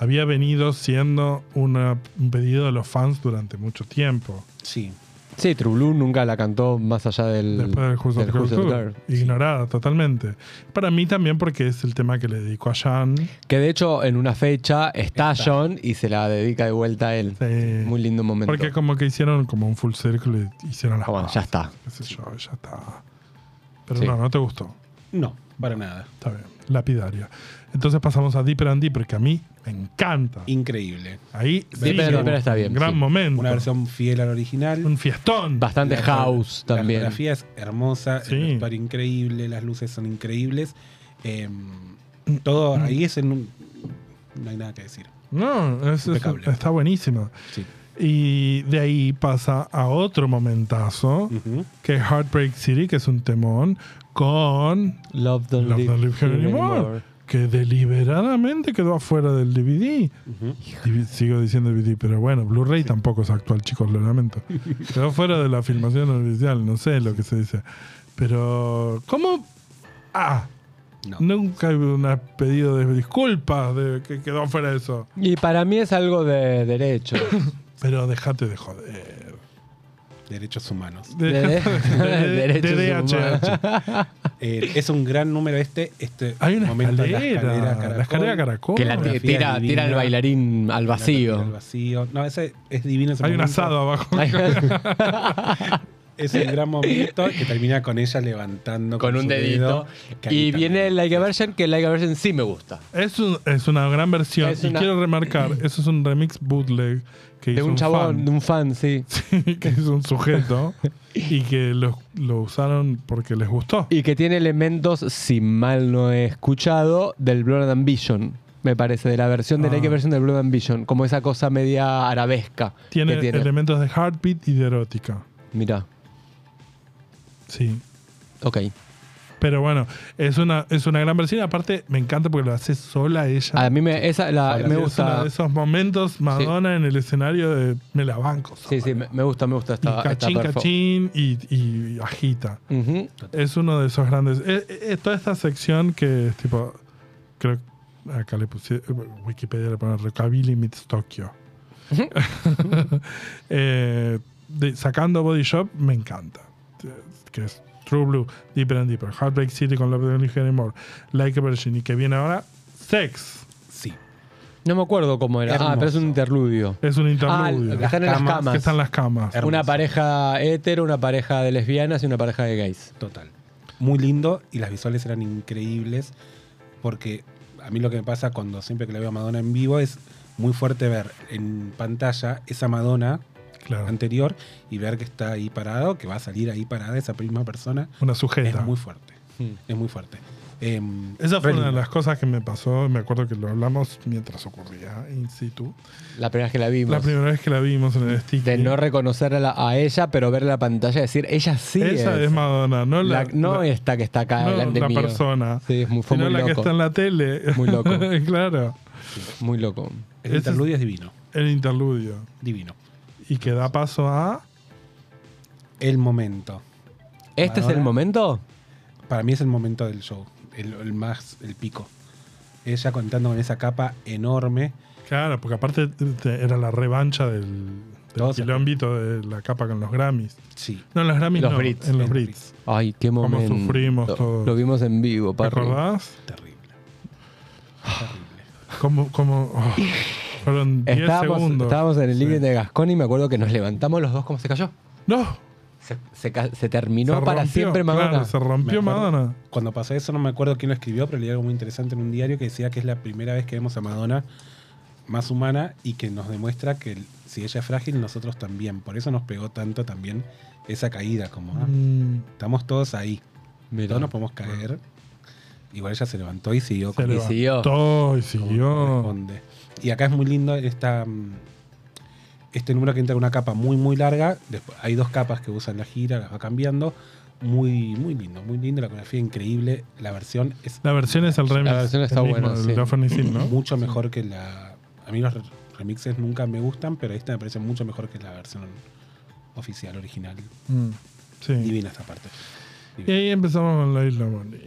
S5: había venido siendo una- un pedido de los fans durante mucho tiempo.
S7: Sí.
S6: Sí, True Blue nunca la cantó más allá del.
S5: Después del Who's
S6: del
S5: on Who's
S6: Who's on
S5: Tour.
S6: Tour.
S5: Ignorada totalmente. Para mí también porque es el tema que le dedicó a Jan.
S6: Que de hecho en una fecha está, John y se la dedica de vuelta a él.
S5: Sí.
S6: Muy lindo momento.
S5: Porque como que hicieron como un full círculo y hicieron las
S6: Ah, bueno,
S5: paces,
S6: ya está.
S5: qué sé yo, ya está. Pero
S6: Sí.
S5: no, no te gustó.
S7: No, para nada.
S5: Está bien. Lapidaria. Entonces pasamos a Deeper and Deeper, que a mí me encanta.
S7: Increíble.
S5: Ahí
S6: Deeper and
S5: hubo
S6: Deeper está
S5: un
S6: bien,
S5: Gran
S6: sí.
S5: momento.
S7: Una versión fiel al original.
S5: un fiestón.
S6: Bastante
S7: La-
S6: house también.
S7: La fotografía es hermosa,
S5: Sí.
S7: el vestuario increíble, las luces son increíbles. Em, todo ahí es en un. No hay nada que decir.
S5: No, es- es-
S7: Impecable.
S5: está buenísima.
S7: Sí.
S5: Y de ahí pasa a otro momentazo,
S7: Ujú.
S5: que es Heartbreak City, que es un temón, con
S6: Love Don't,
S5: Love
S6: Live,
S5: Don't Live Here Anymore, que deliberadamente quedó afuera del DVD. Divi- Sigo diciendo DVD, pero bueno, Blu-ray tampoco es actual, chicos, lo lamento. Quedó fuera de la filmación oficial, no sé lo que se dice. Pero, ¿cómo? Ah,
S7: No.
S5: nunca hubo un pedido de disculpas de que quedó fuera eso.
S6: Y para mí es algo de derecho.
S5: Pero dejate de joder.
S7: Derechos humanos.
S5: De, de- de-
S6: Derechos
S5: de
S6: humanos.
S5: DHH.
S7: Eh, es un gran número este. este
S5: Hay una
S7: momento,
S5: escalera, la escalera caracol.
S6: que la
S7: Fotografía
S6: tira,
S7: divina.
S6: tira el bailarín al
S7: la carpeta del
S6: vacío.
S7: vacío. No, ese es divino. ese
S5: Hay un
S7: momento.
S5: asado abajo.
S7: Es el gran momento que termina con ella levantando
S6: con un
S7: su
S6: dedito.
S7: dedo, que ahí
S6: Y
S7: también.
S6: viene Like a Virgin, que Like a Virgin sí me gusta.
S5: Es, un- es una gran versión.
S6: Es
S5: y
S6: una-
S5: quiero remarcar, eso es un remix bootleg que
S6: De
S5: hizo
S6: un chabón, de
S5: fan,
S6: un fan, sí.
S5: que hizo un sujeto y que lo, lo usaron porque les gustó.
S6: Y que tiene elementos, si mal no he escuchado, del Blood and Vision, me parece, de la versión de
S5: Ah.
S6: Like a Virgin del Blood and Vision, como esa cosa media arabesca.
S5: Tiene,
S6: que tiene.
S5: elementos de heartbeat y de erótica.
S6: Mirá,
S5: Sí.
S6: ok.
S5: Pero bueno, es una, es una gran versión. Aparte, me encanta porque lo hace sola ella.
S6: A mí me, esa, la-
S5: Sola.
S6: me
S5: Es uno
S6: gusta.
S5: de esos momentos, Madonna en el escenario de me la banco.
S6: Sí, sí, me, me gusta, me gusta
S5: Y
S6: esta, esta
S5: cachín,
S6: perfo.
S5: cachín y- y agita.
S6: Ujú.
S5: Es uno de esos grandes. eh, eh, toda esta sección que es tipo. Creo que acá le puse. Wikipedia le pone Rockabilly meets Tokyo. Eh, de- sacando Body Shop, me encanta. Eh, Que es True Blue, Deeper and Deeper, Heartbreak City con Love Don't Live Here Anymore, Like a Virgin. Y que viene ahora Sex.
S7: Sí.
S6: No me acuerdo cómo era. Ah,
S7: Hermoso.
S6: pero es un interludio.
S5: Es un
S6: Ah,
S5: interludio.
S6: que están en las
S7: camas,
S6: camas.
S5: que están las camas.
S7: Hermoso.
S6: Una pareja hetero, una pareja de lesbianas y una pareja de gays.
S7: Total. Muy lindo y las visuales eran increíbles porque a mí lo que me pasa cuando siempre que la veo a Madonna en vivo es muy fuerte ver en pantalla esa Madonna
S5: Claro.
S7: anterior y ver que está ahí parado, que va a salir ahí parada esa misma persona.
S5: Una
S7: Es
S5: sujeta.
S7: muy fuerte. Es muy fuerte. Em,
S5: Mm. Esa fue
S7: re
S5: una de
S7: lindo.
S5: las cosas que me pasó. Me acuerdo que lo hablamos mientras ocurría in situ.
S6: La primera vez que la vimos.
S5: La primera vez que la vimos en el stick.
S6: De no reconocer a, la- a ella, pero ver la pantalla y decir, ella sí
S5: Esa es, Madonna, no la,
S6: La- no
S5: la-
S6: esta que está acá
S5: no
S6: delante
S5: la
S6: mío.
S5: persona,
S6: Sí, es muy, fue
S5: sino
S6: muy
S5: la que
S6: loco.
S5: está en la tele.
S6: Muy loco.
S5: claro,
S6: Muy loco.
S7: El
S5: ese es-
S7: interludio es divino.
S5: el interludio.
S7: Divino.
S5: Y que da paso a.
S7: El momento.
S6: ¿Este es el
S7: Madonna.
S6: momento?
S7: Para mí es el momento del show. El, el más, el pico. Ella contando con esa capa enorme.
S5: Claro, porque aparte te- era la revancha del, del
S7: Todos-
S5: quilombito de la capa con los Grammys.
S7: Sí.
S5: No, en los Grammys
S6: Los
S5: no,
S6: Brits.
S5: en los
S7: En
S5: Brits.
S6: Ay, qué
S5: Cómo
S6: momento.
S5: sufrimos todos.
S6: Lo vimos en vivo,
S5: ¿Te
S6: Parry.
S5: acordás?
S7: Terrible. Terrible.
S5: Como, como, oh, fueron 10
S6: Estábamos,
S5: segundos.
S6: estábamos en el living
S5: Sí.
S6: de Gascón y me acuerdo que nos levantamos los dos como se cayó.
S5: No,
S6: Se, se ca- se terminó
S5: se
S6: para
S5: rompió,
S6: siempre Madonna.
S5: claro, se rompió
S7: Me acuerdo.
S5: Madonna.
S7: Cuando pasó eso no me acuerdo quién lo escribió, pero leí algo muy interesante en un diario que decía que es la primera vez que vemos a Madonna más humana y que nos demuestra que el- si ella es frágil, nosotros también. Por eso nos pegó tanto también esa caída, como ah,
S5: Mm,
S7: estamos todos ahí,
S6: Mirá.
S7: todos nos podemos caer. Igual ella se levantó y siguió
S5: se
S7: con
S6: Y siguió.
S5: levantó y
S7: como
S5: siguió.
S7: corresponde. Y acá es muy lindo esta, mm, este número que entra con una capa muy, muy larga. Después, hay dos capas que usan la gira, las va cambiando. Muy, muy lindo, muy lindo. La coreografía increíble. La versión es
S5: La versión es el remix.
S6: versión está
S5: el mismo,
S6: buena,
S5: el
S6: sí.
S5: Love and Isil, ¿no?
S7: mucho mejor que la. A mí los re- remixes nunca me gustan, pero esta me parece mucho mejor que la versión oficial, original.
S5: Mm, sí.
S7: Divina esta parte.
S5: Y ahí empezamos con la isla bonita.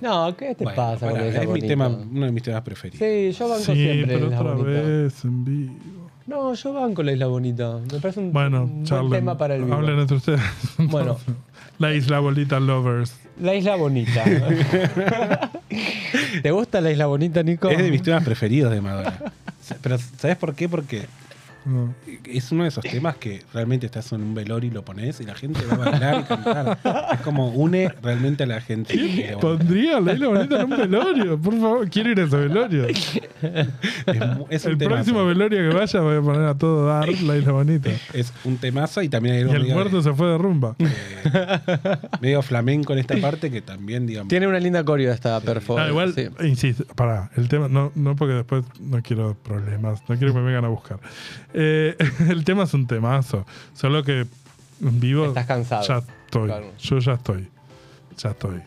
S6: No, ¿qué te
S7: Bueno,
S6: pasa con
S7: pará,
S6: ella
S7: es mi
S6: bonita?
S7: tema, uno de mis temas preferidos.
S6: Sí, yo banco
S5: Sí,
S6: siempre
S5: pero
S6: la
S5: otra
S6: bonita.
S5: vez en vivo.
S6: No, yo banco la Isla Bonita. Me parece un,
S5: Bueno,
S6: un buen
S5: charlen.
S6: tema para el vivo.
S5: Hablen entre ustedes.
S6: Bueno.
S5: La isla bolita lovers.
S6: La Isla Bonita. ¿Te gusta la Isla Bonita, Nico?
S7: Es de mis temas preferidos de Madonna. Pero ¿sabes por qué? Porque
S5: No.
S7: es uno de esos temas que realmente estás en un velorio y lo pones y la gente va a bailar y cantar. Es como une realmente a la gente.
S5: ¿Quién pondría la isla bonita en un velorio? Por favor, quiero ir a ese velorio.
S7: Es mu- es un
S5: El
S7: temazo.
S5: próximo velorio que vaya voy a poner a todo dar la isla bonita.
S7: Es un temazo y también hay
S5: Y
S7: algo
S5: el
S7: medio,
S5: muerto se fue de rumba.
S7: medio flamenco en esta parte que también, digamos,
S6: Tiene una linda coreo esta perfo.
S5: Ah, igual,
S6: sí.
S5: insisto, pará, el tema, no, no porque después no quiero problemas, no quiero que me vengan a buscar. Eh, el tema es un temazo, solo que en vivo
S6: Estás cansado.
S5: ya estoy,
S6: Claro.
S5: yo ya estoy. Ya estoy.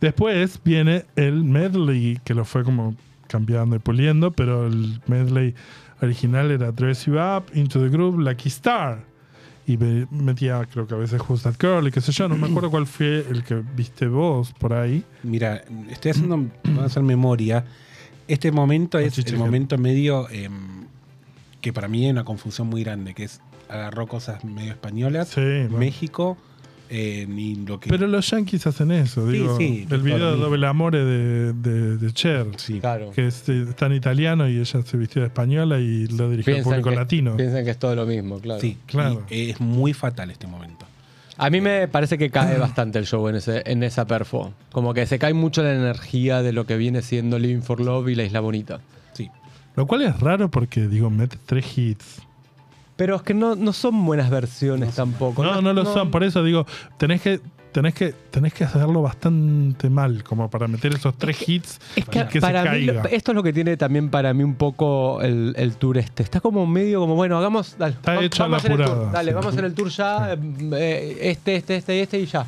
S5: Después viene el medley, que lo fue como cambiando y puliendo, pero el medley original era Dress You Up, Into the Groove, Lucky Star. Y me- metía, creo que a veces Who's That Girl y qué sé yo. No me acuerdo cuál fue el que viste vos por ahí.
S7: Mira, estoy haciendo, voy a hacer memoria. Este momento es el
S5: Achichica.
S7: momento medio em, que para mí es una confusión muy grande, que es agarró cosas medio españolas,
S5: Sí, bueno.
S7: México, eh, ni lo que...
S5: Pero los yankees hacen eso,
S7: Sí,
S5: digo.
S7: sí,
S5: el video de
S7: claro.
S5: Doble Amore de, de, de Cher.
S7: sí.
S6: Claro.
S5: Que es, eh, está en italiano y ella se vistió de española y lo dirigió al
S6: Piensan
S5: público
S6: que,
S5: latino.
S6: piensan que es todo lo mismo, claro.
S7: Sí,
S5: Claro.
S7: y es muy fatal este momento.
S6: A mí me parece que cae bastante el show en, ese, en esa perfo. Como que se cae mucho la energía de lo que viene siendo Living for Love y La Isla Bonita.
S7: Sí.
S5: Lo cual es raro porque, digo, mete tres hits.
S6: Pero es que no, no son buenas versiones tampoco.
S5: No, no lo son. Por eso digo, tenés que, tenés que, tenés que hacerlo bastante mal, como para meter esos tres hits
S6: Es que,
S5: y que
S6: para
S5: se
S6: mí,
S5: caiga.
S6: lo- esto es lo que tiene también para mí un poco el, el tour este. Está como medio como, bueno, hagamos. Dale,
S5: Está
S6: va-
S5: hecho a la
S6: en el tour,
S5: apurada,
S6: Dale,
S5: sí.
S6: vamos en el tour ya. eh, Este, este, este, este y ya.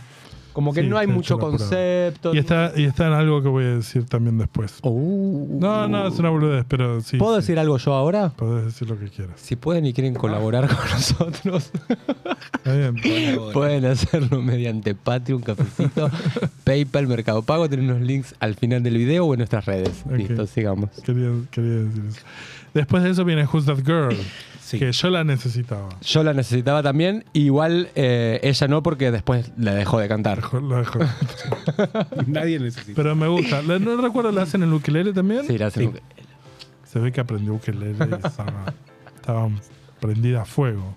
S6: Como que
S5: Sí,
S6: no hay
S5: está hecho
S6: mucho
S5: a la apurada.
S6: concepto.
S5: y, está, y está en algo que voy a decir también después.
S6: Uh.
S5: No, no, es una boludez, pero sí.
S6: ¿Puedo
S5: sí.
S6: decir algo yo ahora?
S5: Podés decir lo que quieras.
S6: Si pueden y quieren colaborar
S5: Ah.
S6: con nosotros,
S5: Está bien.
S6: pueden hacerlo mediante Patreon, Cafecito, PayPal, Mercado Pago. Tienen los links al final del video o en nuestras redes.
S5: Ok.
S6: Listo, sigamos.
S5: Quería, quería decir eso. Después de eso viene Who's That Girl,
S7: Sí.
S5: que yo la necesitaba.
S6: Yo la necesitaba también, igual eh, ella no, porque después la dejó de cantar.
S5: Dejo- la dejo.
S7: Nadie necesita.
S5: Pero me gusta. La- ¿No recuerdo la hacen en el ukelele también?
S6: Sí, la hace-
S5: Se ve que aprendió ukelele y estaba, estaba prendida a fuego.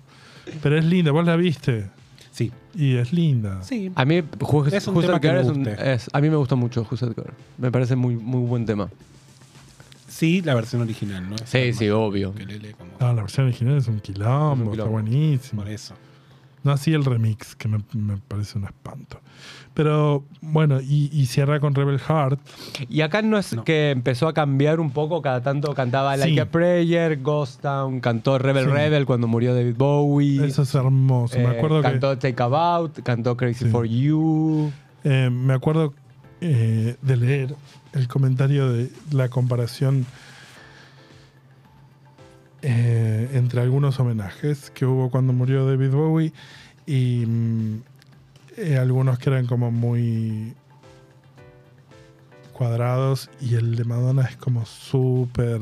S5: Pero es linda, vos la viste.
S7: Sí.
S5: Y es linda.
S7: Sí.
S6: A mí, Ju-
S7: Es un
S6: Who's
S7: tema
S6: That
S7: que
S6: Girl
S7: me
S6: es un-
S7: guste.
S6: es- a mí me gusta mucho Who's That Girl. Me parece muy, muy buen tema.
S7: Sí, la versión original, ¿no?
S6: Sí, sí, obvio.
S7: Que lele como-
S5: No, la versión original es un quilombo,
S6: Es un
S5: está
S6: quilombo.
S5: buenísimo.
S7: Por eso.
S5: No así el remix, que me, me parece un espanto. Pero bueno, y, y cierra con Rebel Heart.
S6: Y acá no es
S7: No.
S6: que empezó a cambiar un poco, cada tanto cantaba Like
S5: Sí.
S6: a Prayer, Ghost Town, cantó Rebel
S5: Sí.
S6: Rebel cuando murió David Bowie.
S5: Eso es hermoso.
S6: Eh,
S5: me acuerdo que.
S6: cantó Take About, cantó Crazy
S5: Sí.
S6: for You.
S5: Eh, me acuerdo eh, de leer el comentario de la comparación eh, entre algunos homenajes que hubo cuando murió David Bowie y mm, eh, algunos que eran como muy cuadrados y el de Madonna es como súper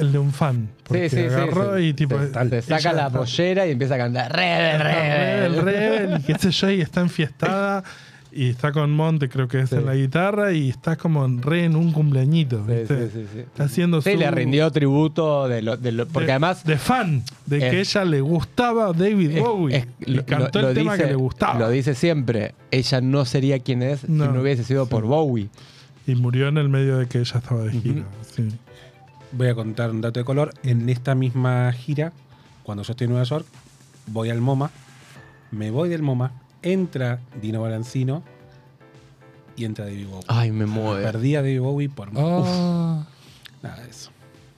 S5: el de un fan porque agarró y tipo
S6: se, se saca
S5: ella-
S6: la pollera y empieza a cantar Rebel, Rebel.
S5: Rebel, Rebel, y qué sé yo, y está enfiestada. Y está con Monte, creo que es
S6: Sí.
S5: en la guitarra, y está como en re en un cumpleañito.
S6: Sí,
S5: ¿viste?
S6: sí, sí, sí.
S5: Está haciendo
S6: Sí,
S5: su-
S6: le rindió tributo de lo, de lo- porque
S5: de-
S6: además
S5: De fan, de
S6: Es-
S5: que ella le gustaba David
S6: es-
S5: Bowie.
S6: es-
S5: y cantó el tema
S6: dice-
S5: que le gustaba.
S6: Lo dice siempre, ella no sería quien es
S5: No.
S6: si no hubiese sido por Bowie.
S5: Y murió en el medio de que ella estaba de gira. sí.
S7: Voy a contar un dato de color. En esta misma gira, cuando yo estoy en Nueva York, voy al MoMA, me voy del MoMA, entra Dino Balancino y entra David Bowie.
S6: Ay, me mueve.
S7: Perdí a David Bowie por
S6: Ah.
S7: Uf, nada de eso.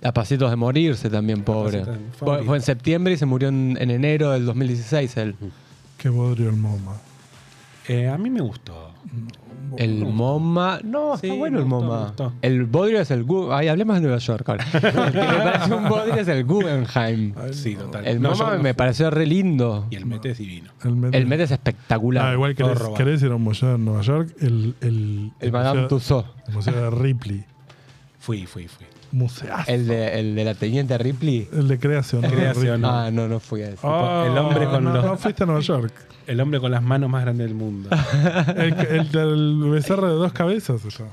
S6: A pasitos de morirse también, pobre.
S7: pasitos de morir.
S6: Fue, fue en septiembre y se murió en, en enero del 2016 el,
S5: Qué bodrio el MoMA.
S7: Eh, a mí me gustó.
S6: el MoMA. No,
S7: Sí,
S6: está bueno
S7: me
S6: el
S7: gustó, me
S6: MoMA.
S7: gustó.
S6: El bodrio es el Guggenheim. Ay, hablemos de Nueva York ahora. El que me parece un bodrio es el Guggenheim.
S7: Sí, total.
S6: El
S7: No, yo
S6: MoMA
S7: no
S6: me
S7: fui.
S6: pareció re lindo.
S7: Y el Mete es divino.
S5: El Met,
S6: El Met es espectacular.
S5: Ah, igual querés,
S7: Todo robado.
S5: querés ir a un museo en Nueva York, el, el,
S6: El Madame
S5: museo-
S6: Tussauds.
S5: el museo de Ripley.
S7: Fui, fui, fui.
S5: Museazo. El,
S6: El de, el de la teniente Ripley.
S5: de creación. ¿no? De
S7: Creación,
S5: Ripley.
S7: No.
S6: Ah, no, no fui a eso.
S5: Ah,
S7: el hombre con
S5: no,
S7: los-
S5: no fuiste a Nueva York.
S7: El hombre con las manos más grandes del mundo.
S5: El, el del becerro de dos cabezas. Eso.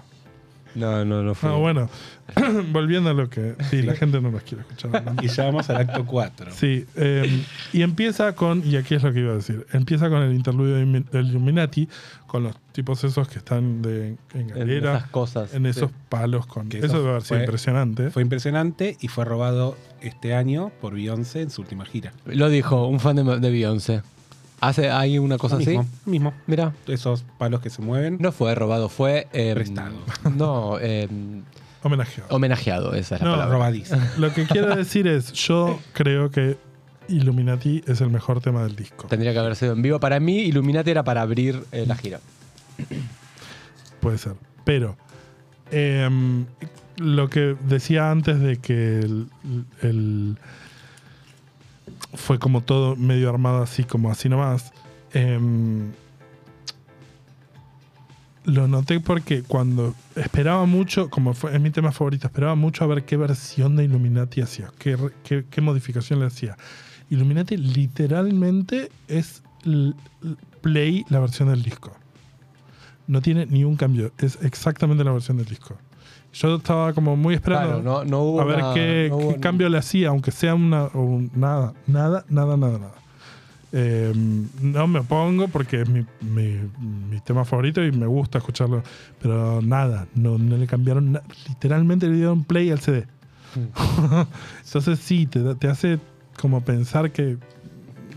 S6: No, no, no
S7: Ah,
S6: fui.
S5: No, bueno. Volviendo a lo que. Sí, la gente no nos quiere escuchar. ¿no?
S7: y ya vamos al acto 4.
S5: Sí. eh, y empieza con. Y aquí es lo que iba a decir. Empieza con el interludio de Illumin- del Illuminati. Con los tipos esos que están de, en
S6: En
S5: galera. En,
S6: esas cosas.
S5: esos
S6: Sí.
S5: palos con.
S7: Que
S5: Eso,
S7: eso
S5: debe haber sido
S7: fue-
S5: impresionante.
S7: Fue impresionante y fue robado este año por Beyoncé en su última gira.
S6: Lo dijo un fan de, de Beyoncé. Hace, hay una cosa
S7: Lo
S6: así.
S7: mismo, lo mismo.
S6: Mira,
S7: Esos palos que se mueven.
S6: no fue robado, fue. eh,
S7: Prestado.
S6: No, eh,
S5: homenajeado.
S6: homenajeado, esa es la
S5: No,
S6: palabra.
S7: Robadiza.
S5: Lo que quiero decir es, yo creo que Illuminati es el mejor tema del disco.
S6: Tendría que haber sido en vivo. Para mí, Illuminati era para abrir eh, la gira.
S5: Puede ser. Pero em, lo que decía antes de que el, el- fue como todo medio armado así como así nomás. em, lo noté porque cuando esperaba mucho, como fue, es mi tema favorito, esperaba mucho a ver qué versión de Illuminati hacía, qué, re- qué- qué modificación le hacía. Illuminati literalmente es l- l- play la versión del disco no tiene ni un cambio. Es exactamente la versión del disco. Yo estaba como muy esperando
S6: Claro, no, no hubo
S5: a ver
S6: una-
S5: qué,
S6: no
S5: qué
S6: hubo-
S5: cambio le hacía, aunque sea una, un- nada, nada, nada, nada, nada. Eh, no me opongo porque es mi, mi- mi tema favorito y me gusta escucharlo, pero nada, no, no le cambiaron, na- literalmente le dieron play al CD.
S6: Mm.
S5: Entonces sí, te, da- te hace como pensar que...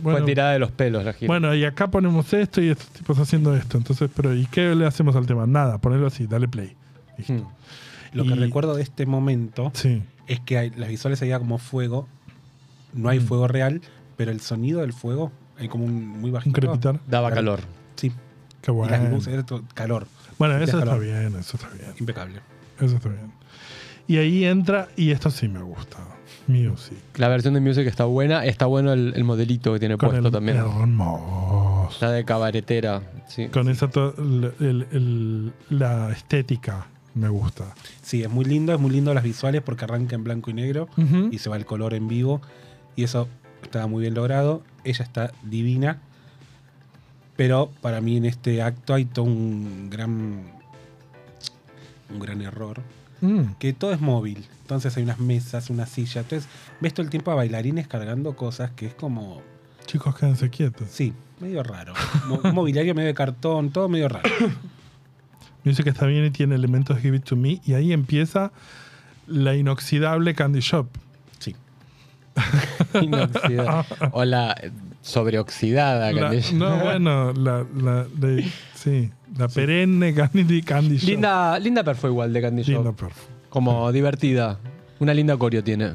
S6: Fue tirada de los pelos la gira.
S5: Bueno, y acá ponemos esto y estos tipos haciendo esto. Entonces, pero ¿y qué le hacemos al tema? Nada, ponerlo así, dale play. Listo.
S6: Mm.
S7: Lo que
S5: Y-
S7: recuerdo de este momento
S5: Sí.
S7: es que hay- las visuales se veía como fuego. No hay
S5: Mm.
S7: fuego real, pero el sonido del fuego hay como un muy
S5: Un
S7: bajito.
S5: crepitar.
S6: Daba
S7: Claro.
S6: calor.
S7: Sí.
S5: Qué
S7: Y las
S5: bueno.
S7: luces, era todo calor.
S5: Bueno,
S7: Sentías
S5: eso está
S7: calor.
S5: bien, eso está bien.
S7: Impecable.
S5: Eso está bien. Y ahí entra, y esto sí me gusta. Music.
S6: La versión de Music está buena. Está bueno el, el modelito que tiene
S5: Con
S6: puesto
S5: el
S6: también.
S5: hermoso.
S6: Está de cabaretera. Sí.
S5: Con esa to- el- el- el- la estética me gusta.
S7: Sí, es muy lindo, es muy lindo las visuales porque arranca en blanco y negro
S5: Ujú.
S7: y se va el color en vivo. Y eso estaba muy bien logrado. Ella está divina. Pero para mí en este acto hay todo un gran. un gran error.
S5: Mm.
S7: Que todo es móvil. Entonces hay unas mesas, una silla. Entonces, ves todo el tiempo a bailarines cargando cosas que es como.
S5: Chicos, quédense quietos.
S7: Sí, medio raro. Mo- Un mobiliario medio de cartón, todo medio raro.
S5: Music está bien y tiene elementos Give It To Me. Y ahí empieza la inoxidable Candy Shop.
S7: Sí.
S6: Inoxidada. O la eh, sobreoxidada.
S5: La-
S6: Candy Shop.
S5: no, bueno, la, la, de- sí, la perenne Candy, candy Shop.
S6: linda, linda perfo igual de Candy Shop.
S5: Linda, perfo.
S6: Como divertida. Una linda corio tiene.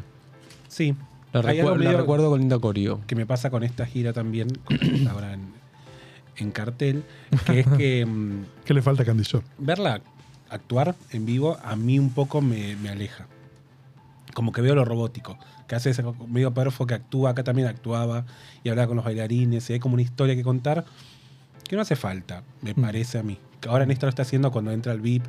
S7: Sí.
S6: La,
S7: Hay
S6: recu-
S7: algo
S6: la
S7: medio-
S6: recuerdo con linda corio.
S7: que me pasa con esta gira también, con la que está ahora en, en cartel, que es que mm,
S5: ¿Qué le falta a Candy Shop?
S7: verla actuar en vivo a mí un poco me, me aleja. Como que veo lo robótico, que hace ese medio perfo que actúa, acá también actuaba y hablaba con los bailarines, y hay como una historia que contar que no hace falta, me
S5: Mm.
S7: parece a mí. Que ahora en esto lo está haciendo cuando entra el VIP,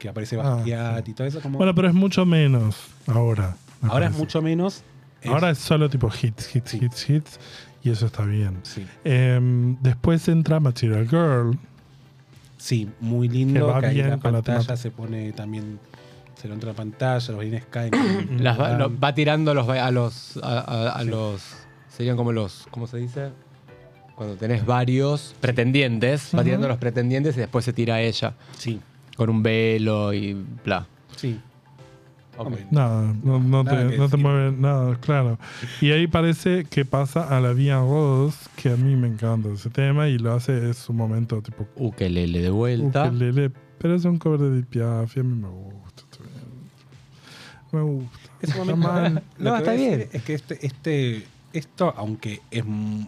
S7: que aparece
S5: Ah,
S7: Bastiat y todo eso. Como,
S5: Bueno, pero es mucho menos ahora. me
S7: ahora es
S5: parece.
S7: mucho menos. es-
S5: Ahora es solo tipo hits, hits,
S7: Sí.
S5: hits, hits. Y eso está bien.
S7: sí.
S5: Em, después entra Material Girl.
S7: Sí, muy
S5: Que
S7: lindo.
S5: va
S7: Que, ahí
S5: bien
S7: la
S5: con la
S7: pantalla
S5: temática.
S7: se pone también. Se lo entra la pantalla, los bailarines caen. con-
S6: Las va,
S7: van.
S6: lo- va tirando a los. ba- A los, a, a- a los serían como los. ¿Cómo se dice? Cuando tenés varios pretendientes. Va tirando a los pretendientes y después se tira a ella.
S7: Sí,
S6: Con un velo y bla.
S7: sí. Hombre,
S5: Nada, no, no
S7: Nada
S5: te,
S7: que
S5: no te
S7: decir.
S5: mueve nada, claro. Y ahí parece que pasa a la Vía Rose, que a mí me encanta ese tema y lo hace, es un momento tipo
S6: Ukelele de vuelta.
S5: Ukelele, pero es un cover de Edith Piaf y a mí me gusta. está bien. Me gusta.
S7: Ese
S5: Está
S7: momento-
S5: mal.
S7: lo
S6: No, está
S7: que voy a decir
S6: bien.
S7: Es que este, este, esto, aunque es. m-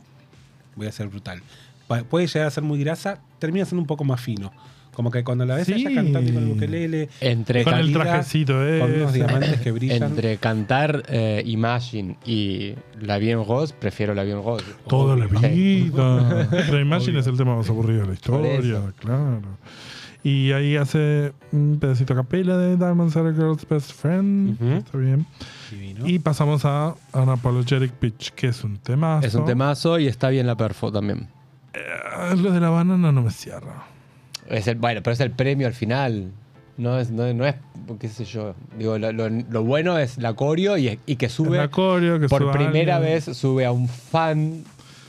S7: Voy a ser brutal. pa- Puede llegar a ser muy grasa, termina siendo un poco más fino. Como que cuando la ves a
S5: Sí.
S7: ella cantando con el ukelele,
S6: Entre,
S5: Con
S6: can-
S5: el
S7: calidad,
S5: trajecito, eh.
S7: con unos diamantes que brillan.
S6: entre cantar eh, Imagine y La Bien Rose, prefiero La Bien Rose.
S5: Toda la
S6: Obvio. Sí.
S5: vida. Pero Imagine es el tema más aburrido de la
S6: Por
S5: historia, claro. Y ahí hace un pedacito a capela de Diamonds Are a Girl's Best Friend.
S7: Ujú.
S5: Está bien.
S7: Divino.
S5: Y pasamos a Unapologetic Pitch, que es un tema.
S6: Es un temazo y está bien la perfo también.
S5: Ah, Lo de la banana no me cierra.
S6: Es el, bueno, pero es el premio al final. No es, no, no es qué sé yo. Digo, lo, lo- lo bueno es la corio y, y que
S5: Es
S6: sube.
S5: la coreo que
S6: por
S5: suba
S6: primera
S5: alguien.
S6: vez sube a un fan.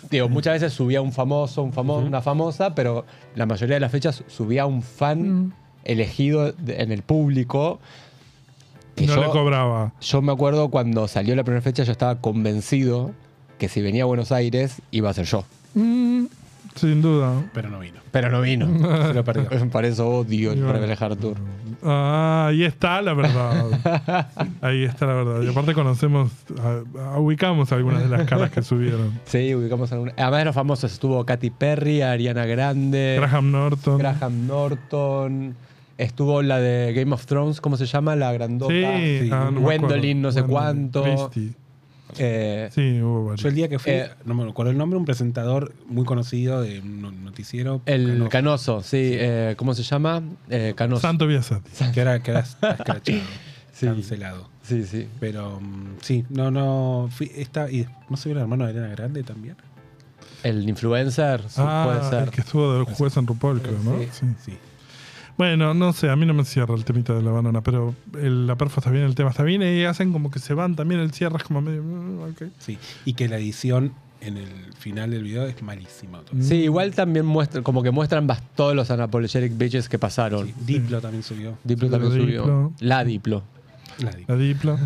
S6: Digo, muchas veces subía a un famoso, un famo- una famosa, pero la mayoría de las fechas subía a un fan elegido de- en el público. que
S5: No
S6: yo-
S5: le cobraba.
S6: yo me acuerdo cuando salió la primera fecha, yo estaba convencido que si venía a Buenos Aires iba a ser yo.
S5: Mm, sin duda.
S7: Pero no vino.
S6: Pero no vino.
S7: Se lo perdió.
S6: Para eso odio el
S5: Iba-
S6: Rebel Hard Tour.
S5: Ah, ahí está la verdad. Ahí está la verdad. Y aparte conocemos, ah, ubicamos algunas de las caras que subieron.
S6: Sí, ubicamos alguna. Además de los famosos estuvo Katy Perry, Ariana Grande, Eh, Graham,
S5: Graham Norton.
S6: Norton. Estuvo la de Game of Thrones, ¿cómo se llama? La grandota.
S5: Sí, ah, no me
S6: Gwendolyn,
S5: acuerdo.
S6: no sé
S5: Gwendolyn
S6: cuánto.
S5: Christie.
S6: Eh,
S5: Sí, hubo varios.
S7: Yo el día que fui,
S6: Eh,
S7: no me acuerdo el nombre, un presentador muy conocido de un no- noticiero.
S6: El
S7: Canoso,
S6: Canoso, sí. eh, ¿Cómo se llama? Eh, Canoso.
S5: Santo Biasati.
S7: Que era, que era escrachado,
S6: Sí.
S7: cancelado.
S6: Sí, sí.
S7: Pero mm, sí, no, no. Fui esta, y no se vio el hermano de Elena Grande también.
S6: El influencer, sí,
S5: Ah,
S6: puede ser.
S5: el que estuvo del juez en RuPaul, creo, ¿no? Sí.
S7: Sí.
S5: Bueno, no sé, a mí no me cierra el temita de la banana, pero el- la perfo está bien, el tema está bien, y hacen como que se van también, el cierre es como medio. mm, ok.
S7: Sí, y que la edición en el final del video es malísima. otra vez.
S6: Sí, igual también muestran, como que muestran bas- todos los anapologetic bitches que pasaron.
S7: Sí, Diplo también subió.
S6: Diplo
S5: Sí,
S6: también
S5: la
S6: subió.
S5: Diplo.
S6: La Diplo.
S7: La di-
S5: La dipla.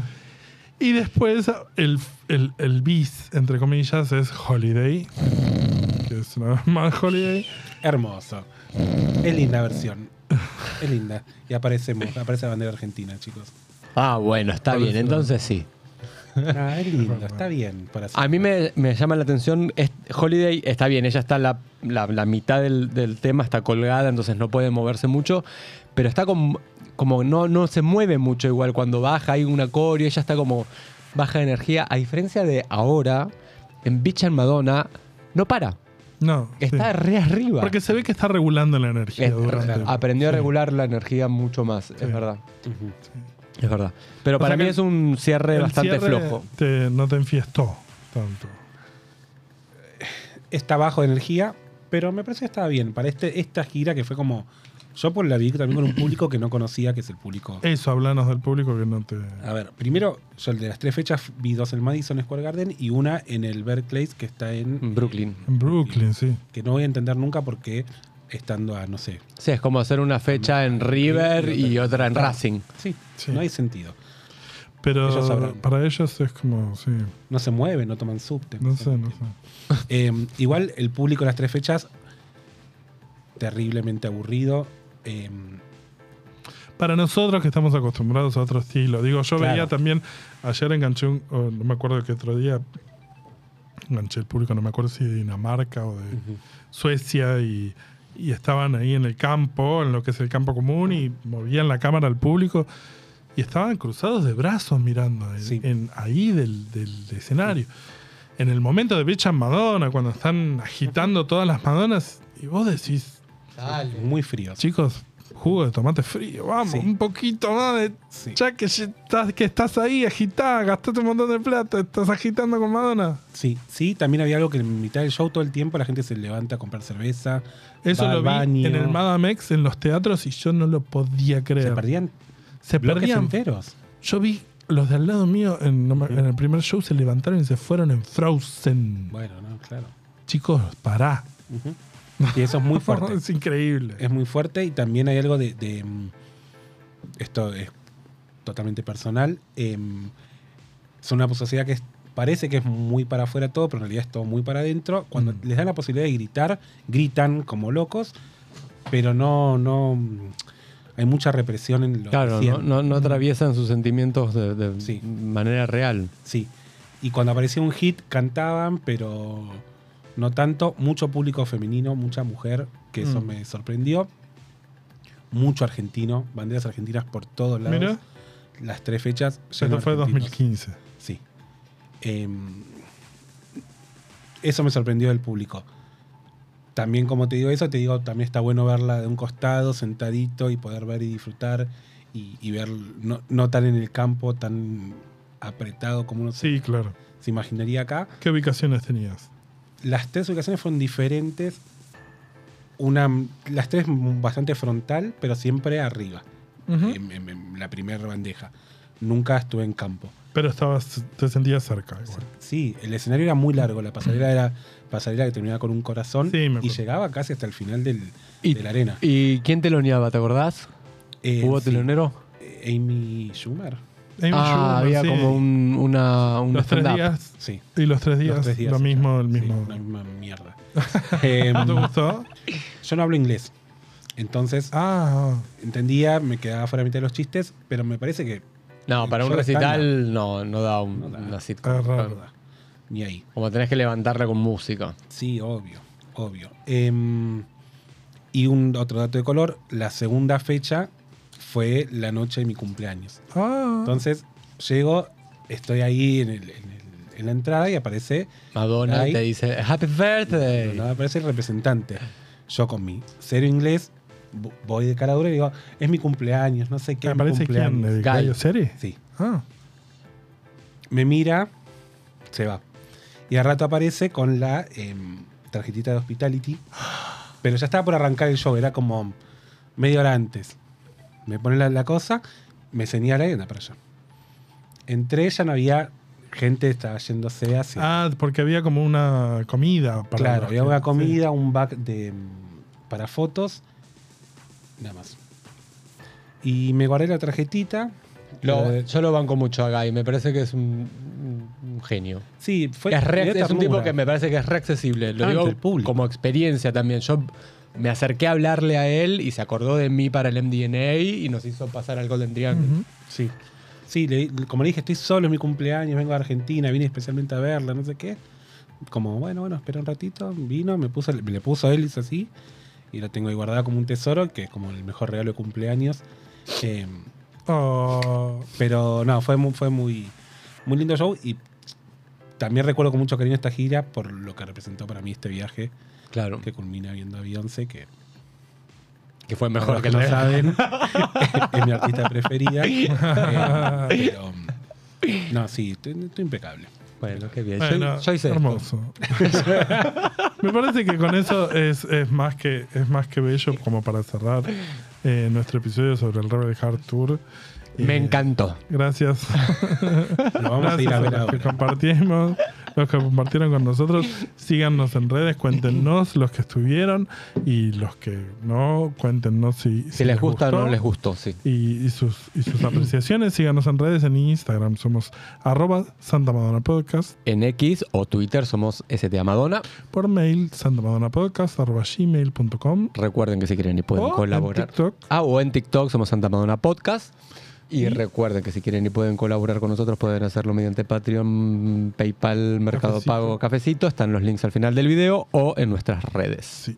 S5: Y después el, el, el bis, entre comillas, es Holiday. Que es una vez más Holiday.
S7: Hermoso. Es linda versión. Es linda. Y aparecemos, aparece la bandera argentina, chicos.
S6: Ah, bueno, está bien, entonces sí.
S7: No, Ah, es lindo, Ah. está bien. Para hacer-
S6: A mí me, me llama la atención, es- Holiday está bien, ella está la, la- la mitad del, del tema, está colgada, entonces no puede moverse mucho, pero está como, como no, no se mueve mucho igual cuando baja, hay una coreo, ella está como baja de energía, a diferencia de ahora, en Bitch and Madonna, no para,
S5: No. sí.
S6: está re arriba.
S5: Porque se ve que está regulando la energía
S6: Es-
S5: durante.
S6: aprendió a
S5: sí.
S6: regular la energía mucho más, es verdad. Es verdad. Pero
S5: O
S6: para
S5: sea que
S6: mí
S5: el-
S6: es un cierre
S5: El
S6: bastante
S5: cierre
S6: flojo.
S5: te- no te enfiestó tanto.
S7: Está bajo de energía, pero me parece que estaba bien. Para este, esta gira que fue como. Yo por la vi también con un público que no conocía, que es el público.
S5: Eso, hablanos del público que no te.
S7: A ver, primero, yo de las tres fechas vi dos en Madison Square Garden y una en el Berkeley, que está en.
S6: Brooklyn.
S5: En Brooklyn, sí.
S7: que no voy a entender nunca porque estando a, no sé.
S6: Sí, es como hacer una fecha en River y otra en Racing.
S7: Sí,
S5: Sí.
S7: no hay sentido.
S5: Pero
S7: Ellos sabrán.
S5: para ellos es como, sí.
S7: No se mueven, no toman subte.
S5: No sé, no sé.
S7: Eh, igual el público en las tres fechas, terriblemente aburrido. eh,
S5: Para nosotros que estamos acostumbrados a otro estilo. Digo, yo
S7: Claro.
S5: veía también, ayer enganché un, o no me acuerdo qué otro día, enganché el público, no me acuerdo si de Dinamarca o de Suecia, y, y estaban ahí en el campo, en lo que es el campo común, y movían la cámara al público, y estaban cruzados de brazos mirando en-
S7: Sí.
S5: en- ahí del, del escenario. En el momento de Bitch and Madonna, cuando están agitando todas las Madonas, y vos decís,
S7: muy fríos.
S5: Chicos, jugo de tomate frío, vamos,
S7: Sí.
S5: un poquito más de.
S7: Sí.
S5: Ya que ya estás, que estás ahí agitada, gastaste un montón de plata, estás agitando con Madonna.
S7: Sí, sí, también había algo que en mitad del show todo el tiempo la gente se levanta a comprar cerveza.
S5: Eso
S7: va
S5: lo
S7: al
S5: vi
S7: baño,
S5: en el Madamex, en los teatros, y yo no lo podía creer.
S7: Se perdían
S5: Se
S7: bloques
S5: perdían.
S7: enteros.
S5: Yo vi los de al lado mío en, no me- en el primer show se levantaron y se fueron en Frozen.
S7: Bueno, no, claro.
S5: Chicos, pará.
S7: Y eso es muy fuerte.
S5: es increíble.
S7: es muy fuerte y también hay algo de, de, mm, esto es totalmente personal em, es una sociedad que es- parece que es muy para afuera todo pero en realidad es todo muy para adentro
S6: Mm.
S7: cuando les dan la posibilidad de gritar gritan como locos pero no no mm, hay mucha represión en lo
S6: Claro,
S7: que
S6: no,
S7: sienten.
S6: no, no atraviesan sus sentimientos de, de
S7: Sí.
S6: manera real.
S7: sí y cuando aparecía un hit cantaban pero no tanto mucho público femenino mucha mujer que eso me sorprendió mucho argentino banderas argentinas por todos lados
S5: Mira,
S7: las tres fechas.
S5: esto
S7: lleno
S5: fue
S7: de argentinos.
S5: 2015.
S7: Sí. Eh, eso me sorprendió del público. También, como te digo eso, te digo, también está bueno verla de un costado, sentadito, y poder ver y disfrutar, y, y ver, no, no tan en el campo, tan apretado como uno se-
S5: Sí, claro.
S7: se imaginaría acá.
S5: ¿Qué ubicaciones tenías?
S7: Las tres ubicaciones fueron diferentes. Una, las tres bastante frontal, pero siempre arriba,
S5: Ujú.
S7: en, en- en la primera bandeja. Nunca estuve en campo.
S5: Pero estabas, te sentías cerca. igual.
S7: Sí, el escenario era muy largo, la pasarela era pasarela que terminaba con un corazón
S5: Sí, me acuerdo.
S7: y llegaba casi hasta el final del,
S6: Y-
S7: de la arena.
S6: ¿Y quién teloneaba, te acordás?
S7: Eh,
S6: ¿Hubo
S7: sí,
S6: telonero?
S7: eh, Amy Schumer,
S5: Amy
S6: ah,
S5: Schumer,
S6: había
S5: sí.
S6: como un, una, un
S5: los tres
S6: stand-up.
S5: días
S7: sí.
S5: y los tres días,
S7: Los tres días,
S5: lo
S7: sí,
S5: mismo,
S7: claro.
S5: el
S7: Sí,
S5: mismo.
S7: la misma mierda. Em,
S5: ¿No te gustó?
S7: yo no hablo inglés. Entonces
S5: Ah,
S7: entendía, me quedaba fuera de mitad de los chistes, pero me parece que
S6: No, para un
S7: Solo
S6: recital
S7: estándar.
S6: no, no da un,
S7: No da.
S6: una sitcom.
S5: es raro.
S7: verdad, ni ahí.
S6: Como tenés que levantarla con música.
S7: Sí, obvio, obvio. Em, y un otro dato de color, la segunda fecha fue la noche de mi cumpleaños.
S5: Ah,
S7: Entonces llego, estoy ahí en, el- en el- en la entrada y aparece,
S6: Madonna
S7: Ay.
S6: te dice Happy Birthday.
S7: no, aparece el representante. Yo con mi cero inglés vo- voy de cara dura y digo, es mi cumpleaños, no sé qué.
S5: ¿me
S7: es mi
S5: parece quién?
S7: cumpleaños".
S5: ¿El
S6: Guy.
S5: Gallo Serie?
S7: Sí.
S5: Ah,
S7: Me mira, se va. Y al rato aparece con la em, tarjetita de hospitality. Pero ya estaba por arrancar el show, era como media hora antes. Me pone la, la cosa, me señala y anda para allá. Entre ella no había gente, estaba yéndose hacia.
S5: ah, porque había como una comida. Para
S7: claro,
S5: los
S7: había
S5: que-
S7: una comida, un back de, mm, para fotos. Nada más. Y me guardé la tarjetita.
S6: Lo-
S7: Eh,
S6: yo lo banco mucho a Guy, me parece que es un, un- un genio.
S7: sí, fue.
S6: es, re-
S7: me dio
S6: es un
S7: ternura.
S6: tipo que me parece que es reaccesible. Lo
S7: Ah,
S6: digo
S7: ante el público.
S6: como experiencia también. Yo me acerqué a hablarle a él y se acordó de mí para el MDNA y nos hizo pasar al Golden Triangle.
S5: Ujú.
S7: Sí. Sí, le- como le dije, estoy solo, es mi cumpleaños, vengo de Argentina, vine especialmente a verla, no sé qué. Como, bueno, bueno, espera un ratito, vino, me puso, le puso él, hizo así, y lo tengo ahí guardado como un tesoro, que es como el mejor regalo de cumpleaños. Eh,
S5: Oh,
S7: pero no, fue muy, fue muy, muy lindo show y también recuerdo con mucho cariño esta gira por lo que representó para mí este viaje
S6: Claro, que,
S7: que culmina viendo a Beyoncé, que
S6: fue
S7: para
S6: mejor
S7: los
S6: que
S7: que
S6: el
S7: no
S6: resto.
S7: saben, es mi artista preferida. Eh, pero, no, sí, estoy, estoy impecable.
S6: Bueno, qué bien.
S5: bueno,
S6: yo, yo hice esto.
S5: hermoso. Me parece que con eso es, es más que es más que bello como para cerrar eh, nuestro episodio sobre el Rebel Heart Tour.
S6: Me
S5: Eh,
S6: encantó.
S5: Gracias.
S7: Lo vamos a ir a
S5: Gracias
S7: ver
S5: los que
S7: ahora.
S5: compartimos, los que compartieron con nosotros. Síganos en redes, cuéntenos los que estuvieron y los que no, cuéntenos si,
S6: Si les gusta o no les gustó, sí.
S5: Y, y sus, y sus apreciaciones, síganos en redes, en Instagram somos arroba Santa Madonna Podcast,
S6: En X o Twitter somos STA Madonna.
S5: por mail santamadonapodcast arroba gmail.com
S6: Recuerden que si quieren y pueden
S5: o en
S6: colaborar.
S5: TikTok.
S6: Ah, o en TikTok somos Santa Madonna Podcast. Y recuerden que si quieren y pueden colaborar con nosotros, pueden hacerlo mediante Patreon, PayPal, Mercado
S5: Cafecito.
S6: Pago, Cafecito. Están los links al final del video o en nuestras redes.
S5: Sí.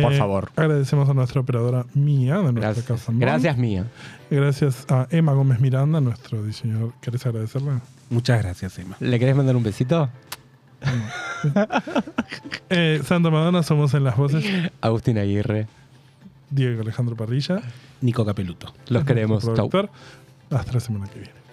S6: Por favor.
S5: Eh, Agradecemos a nuestra operadora Mía de nuestra
S6: Gracias,
S5: casa. Mon.
S6: gracias mía.
S5: Gracias a Emma Gómez Miranda, nuestro diseñador. ¿Querés agradecerle?
S7: Muchas gracias, Emma.
S6: ¿Le querés mandar un besito?
S5: Eh, Santa Madonna somos en las voces
S6: Agustín Aguirre.
S5: Diego Alejandro Parrilla,
S7: Nico Capeluto.
S6: Los queremos. Chau.
S5: productor. Hasta la semana que viene.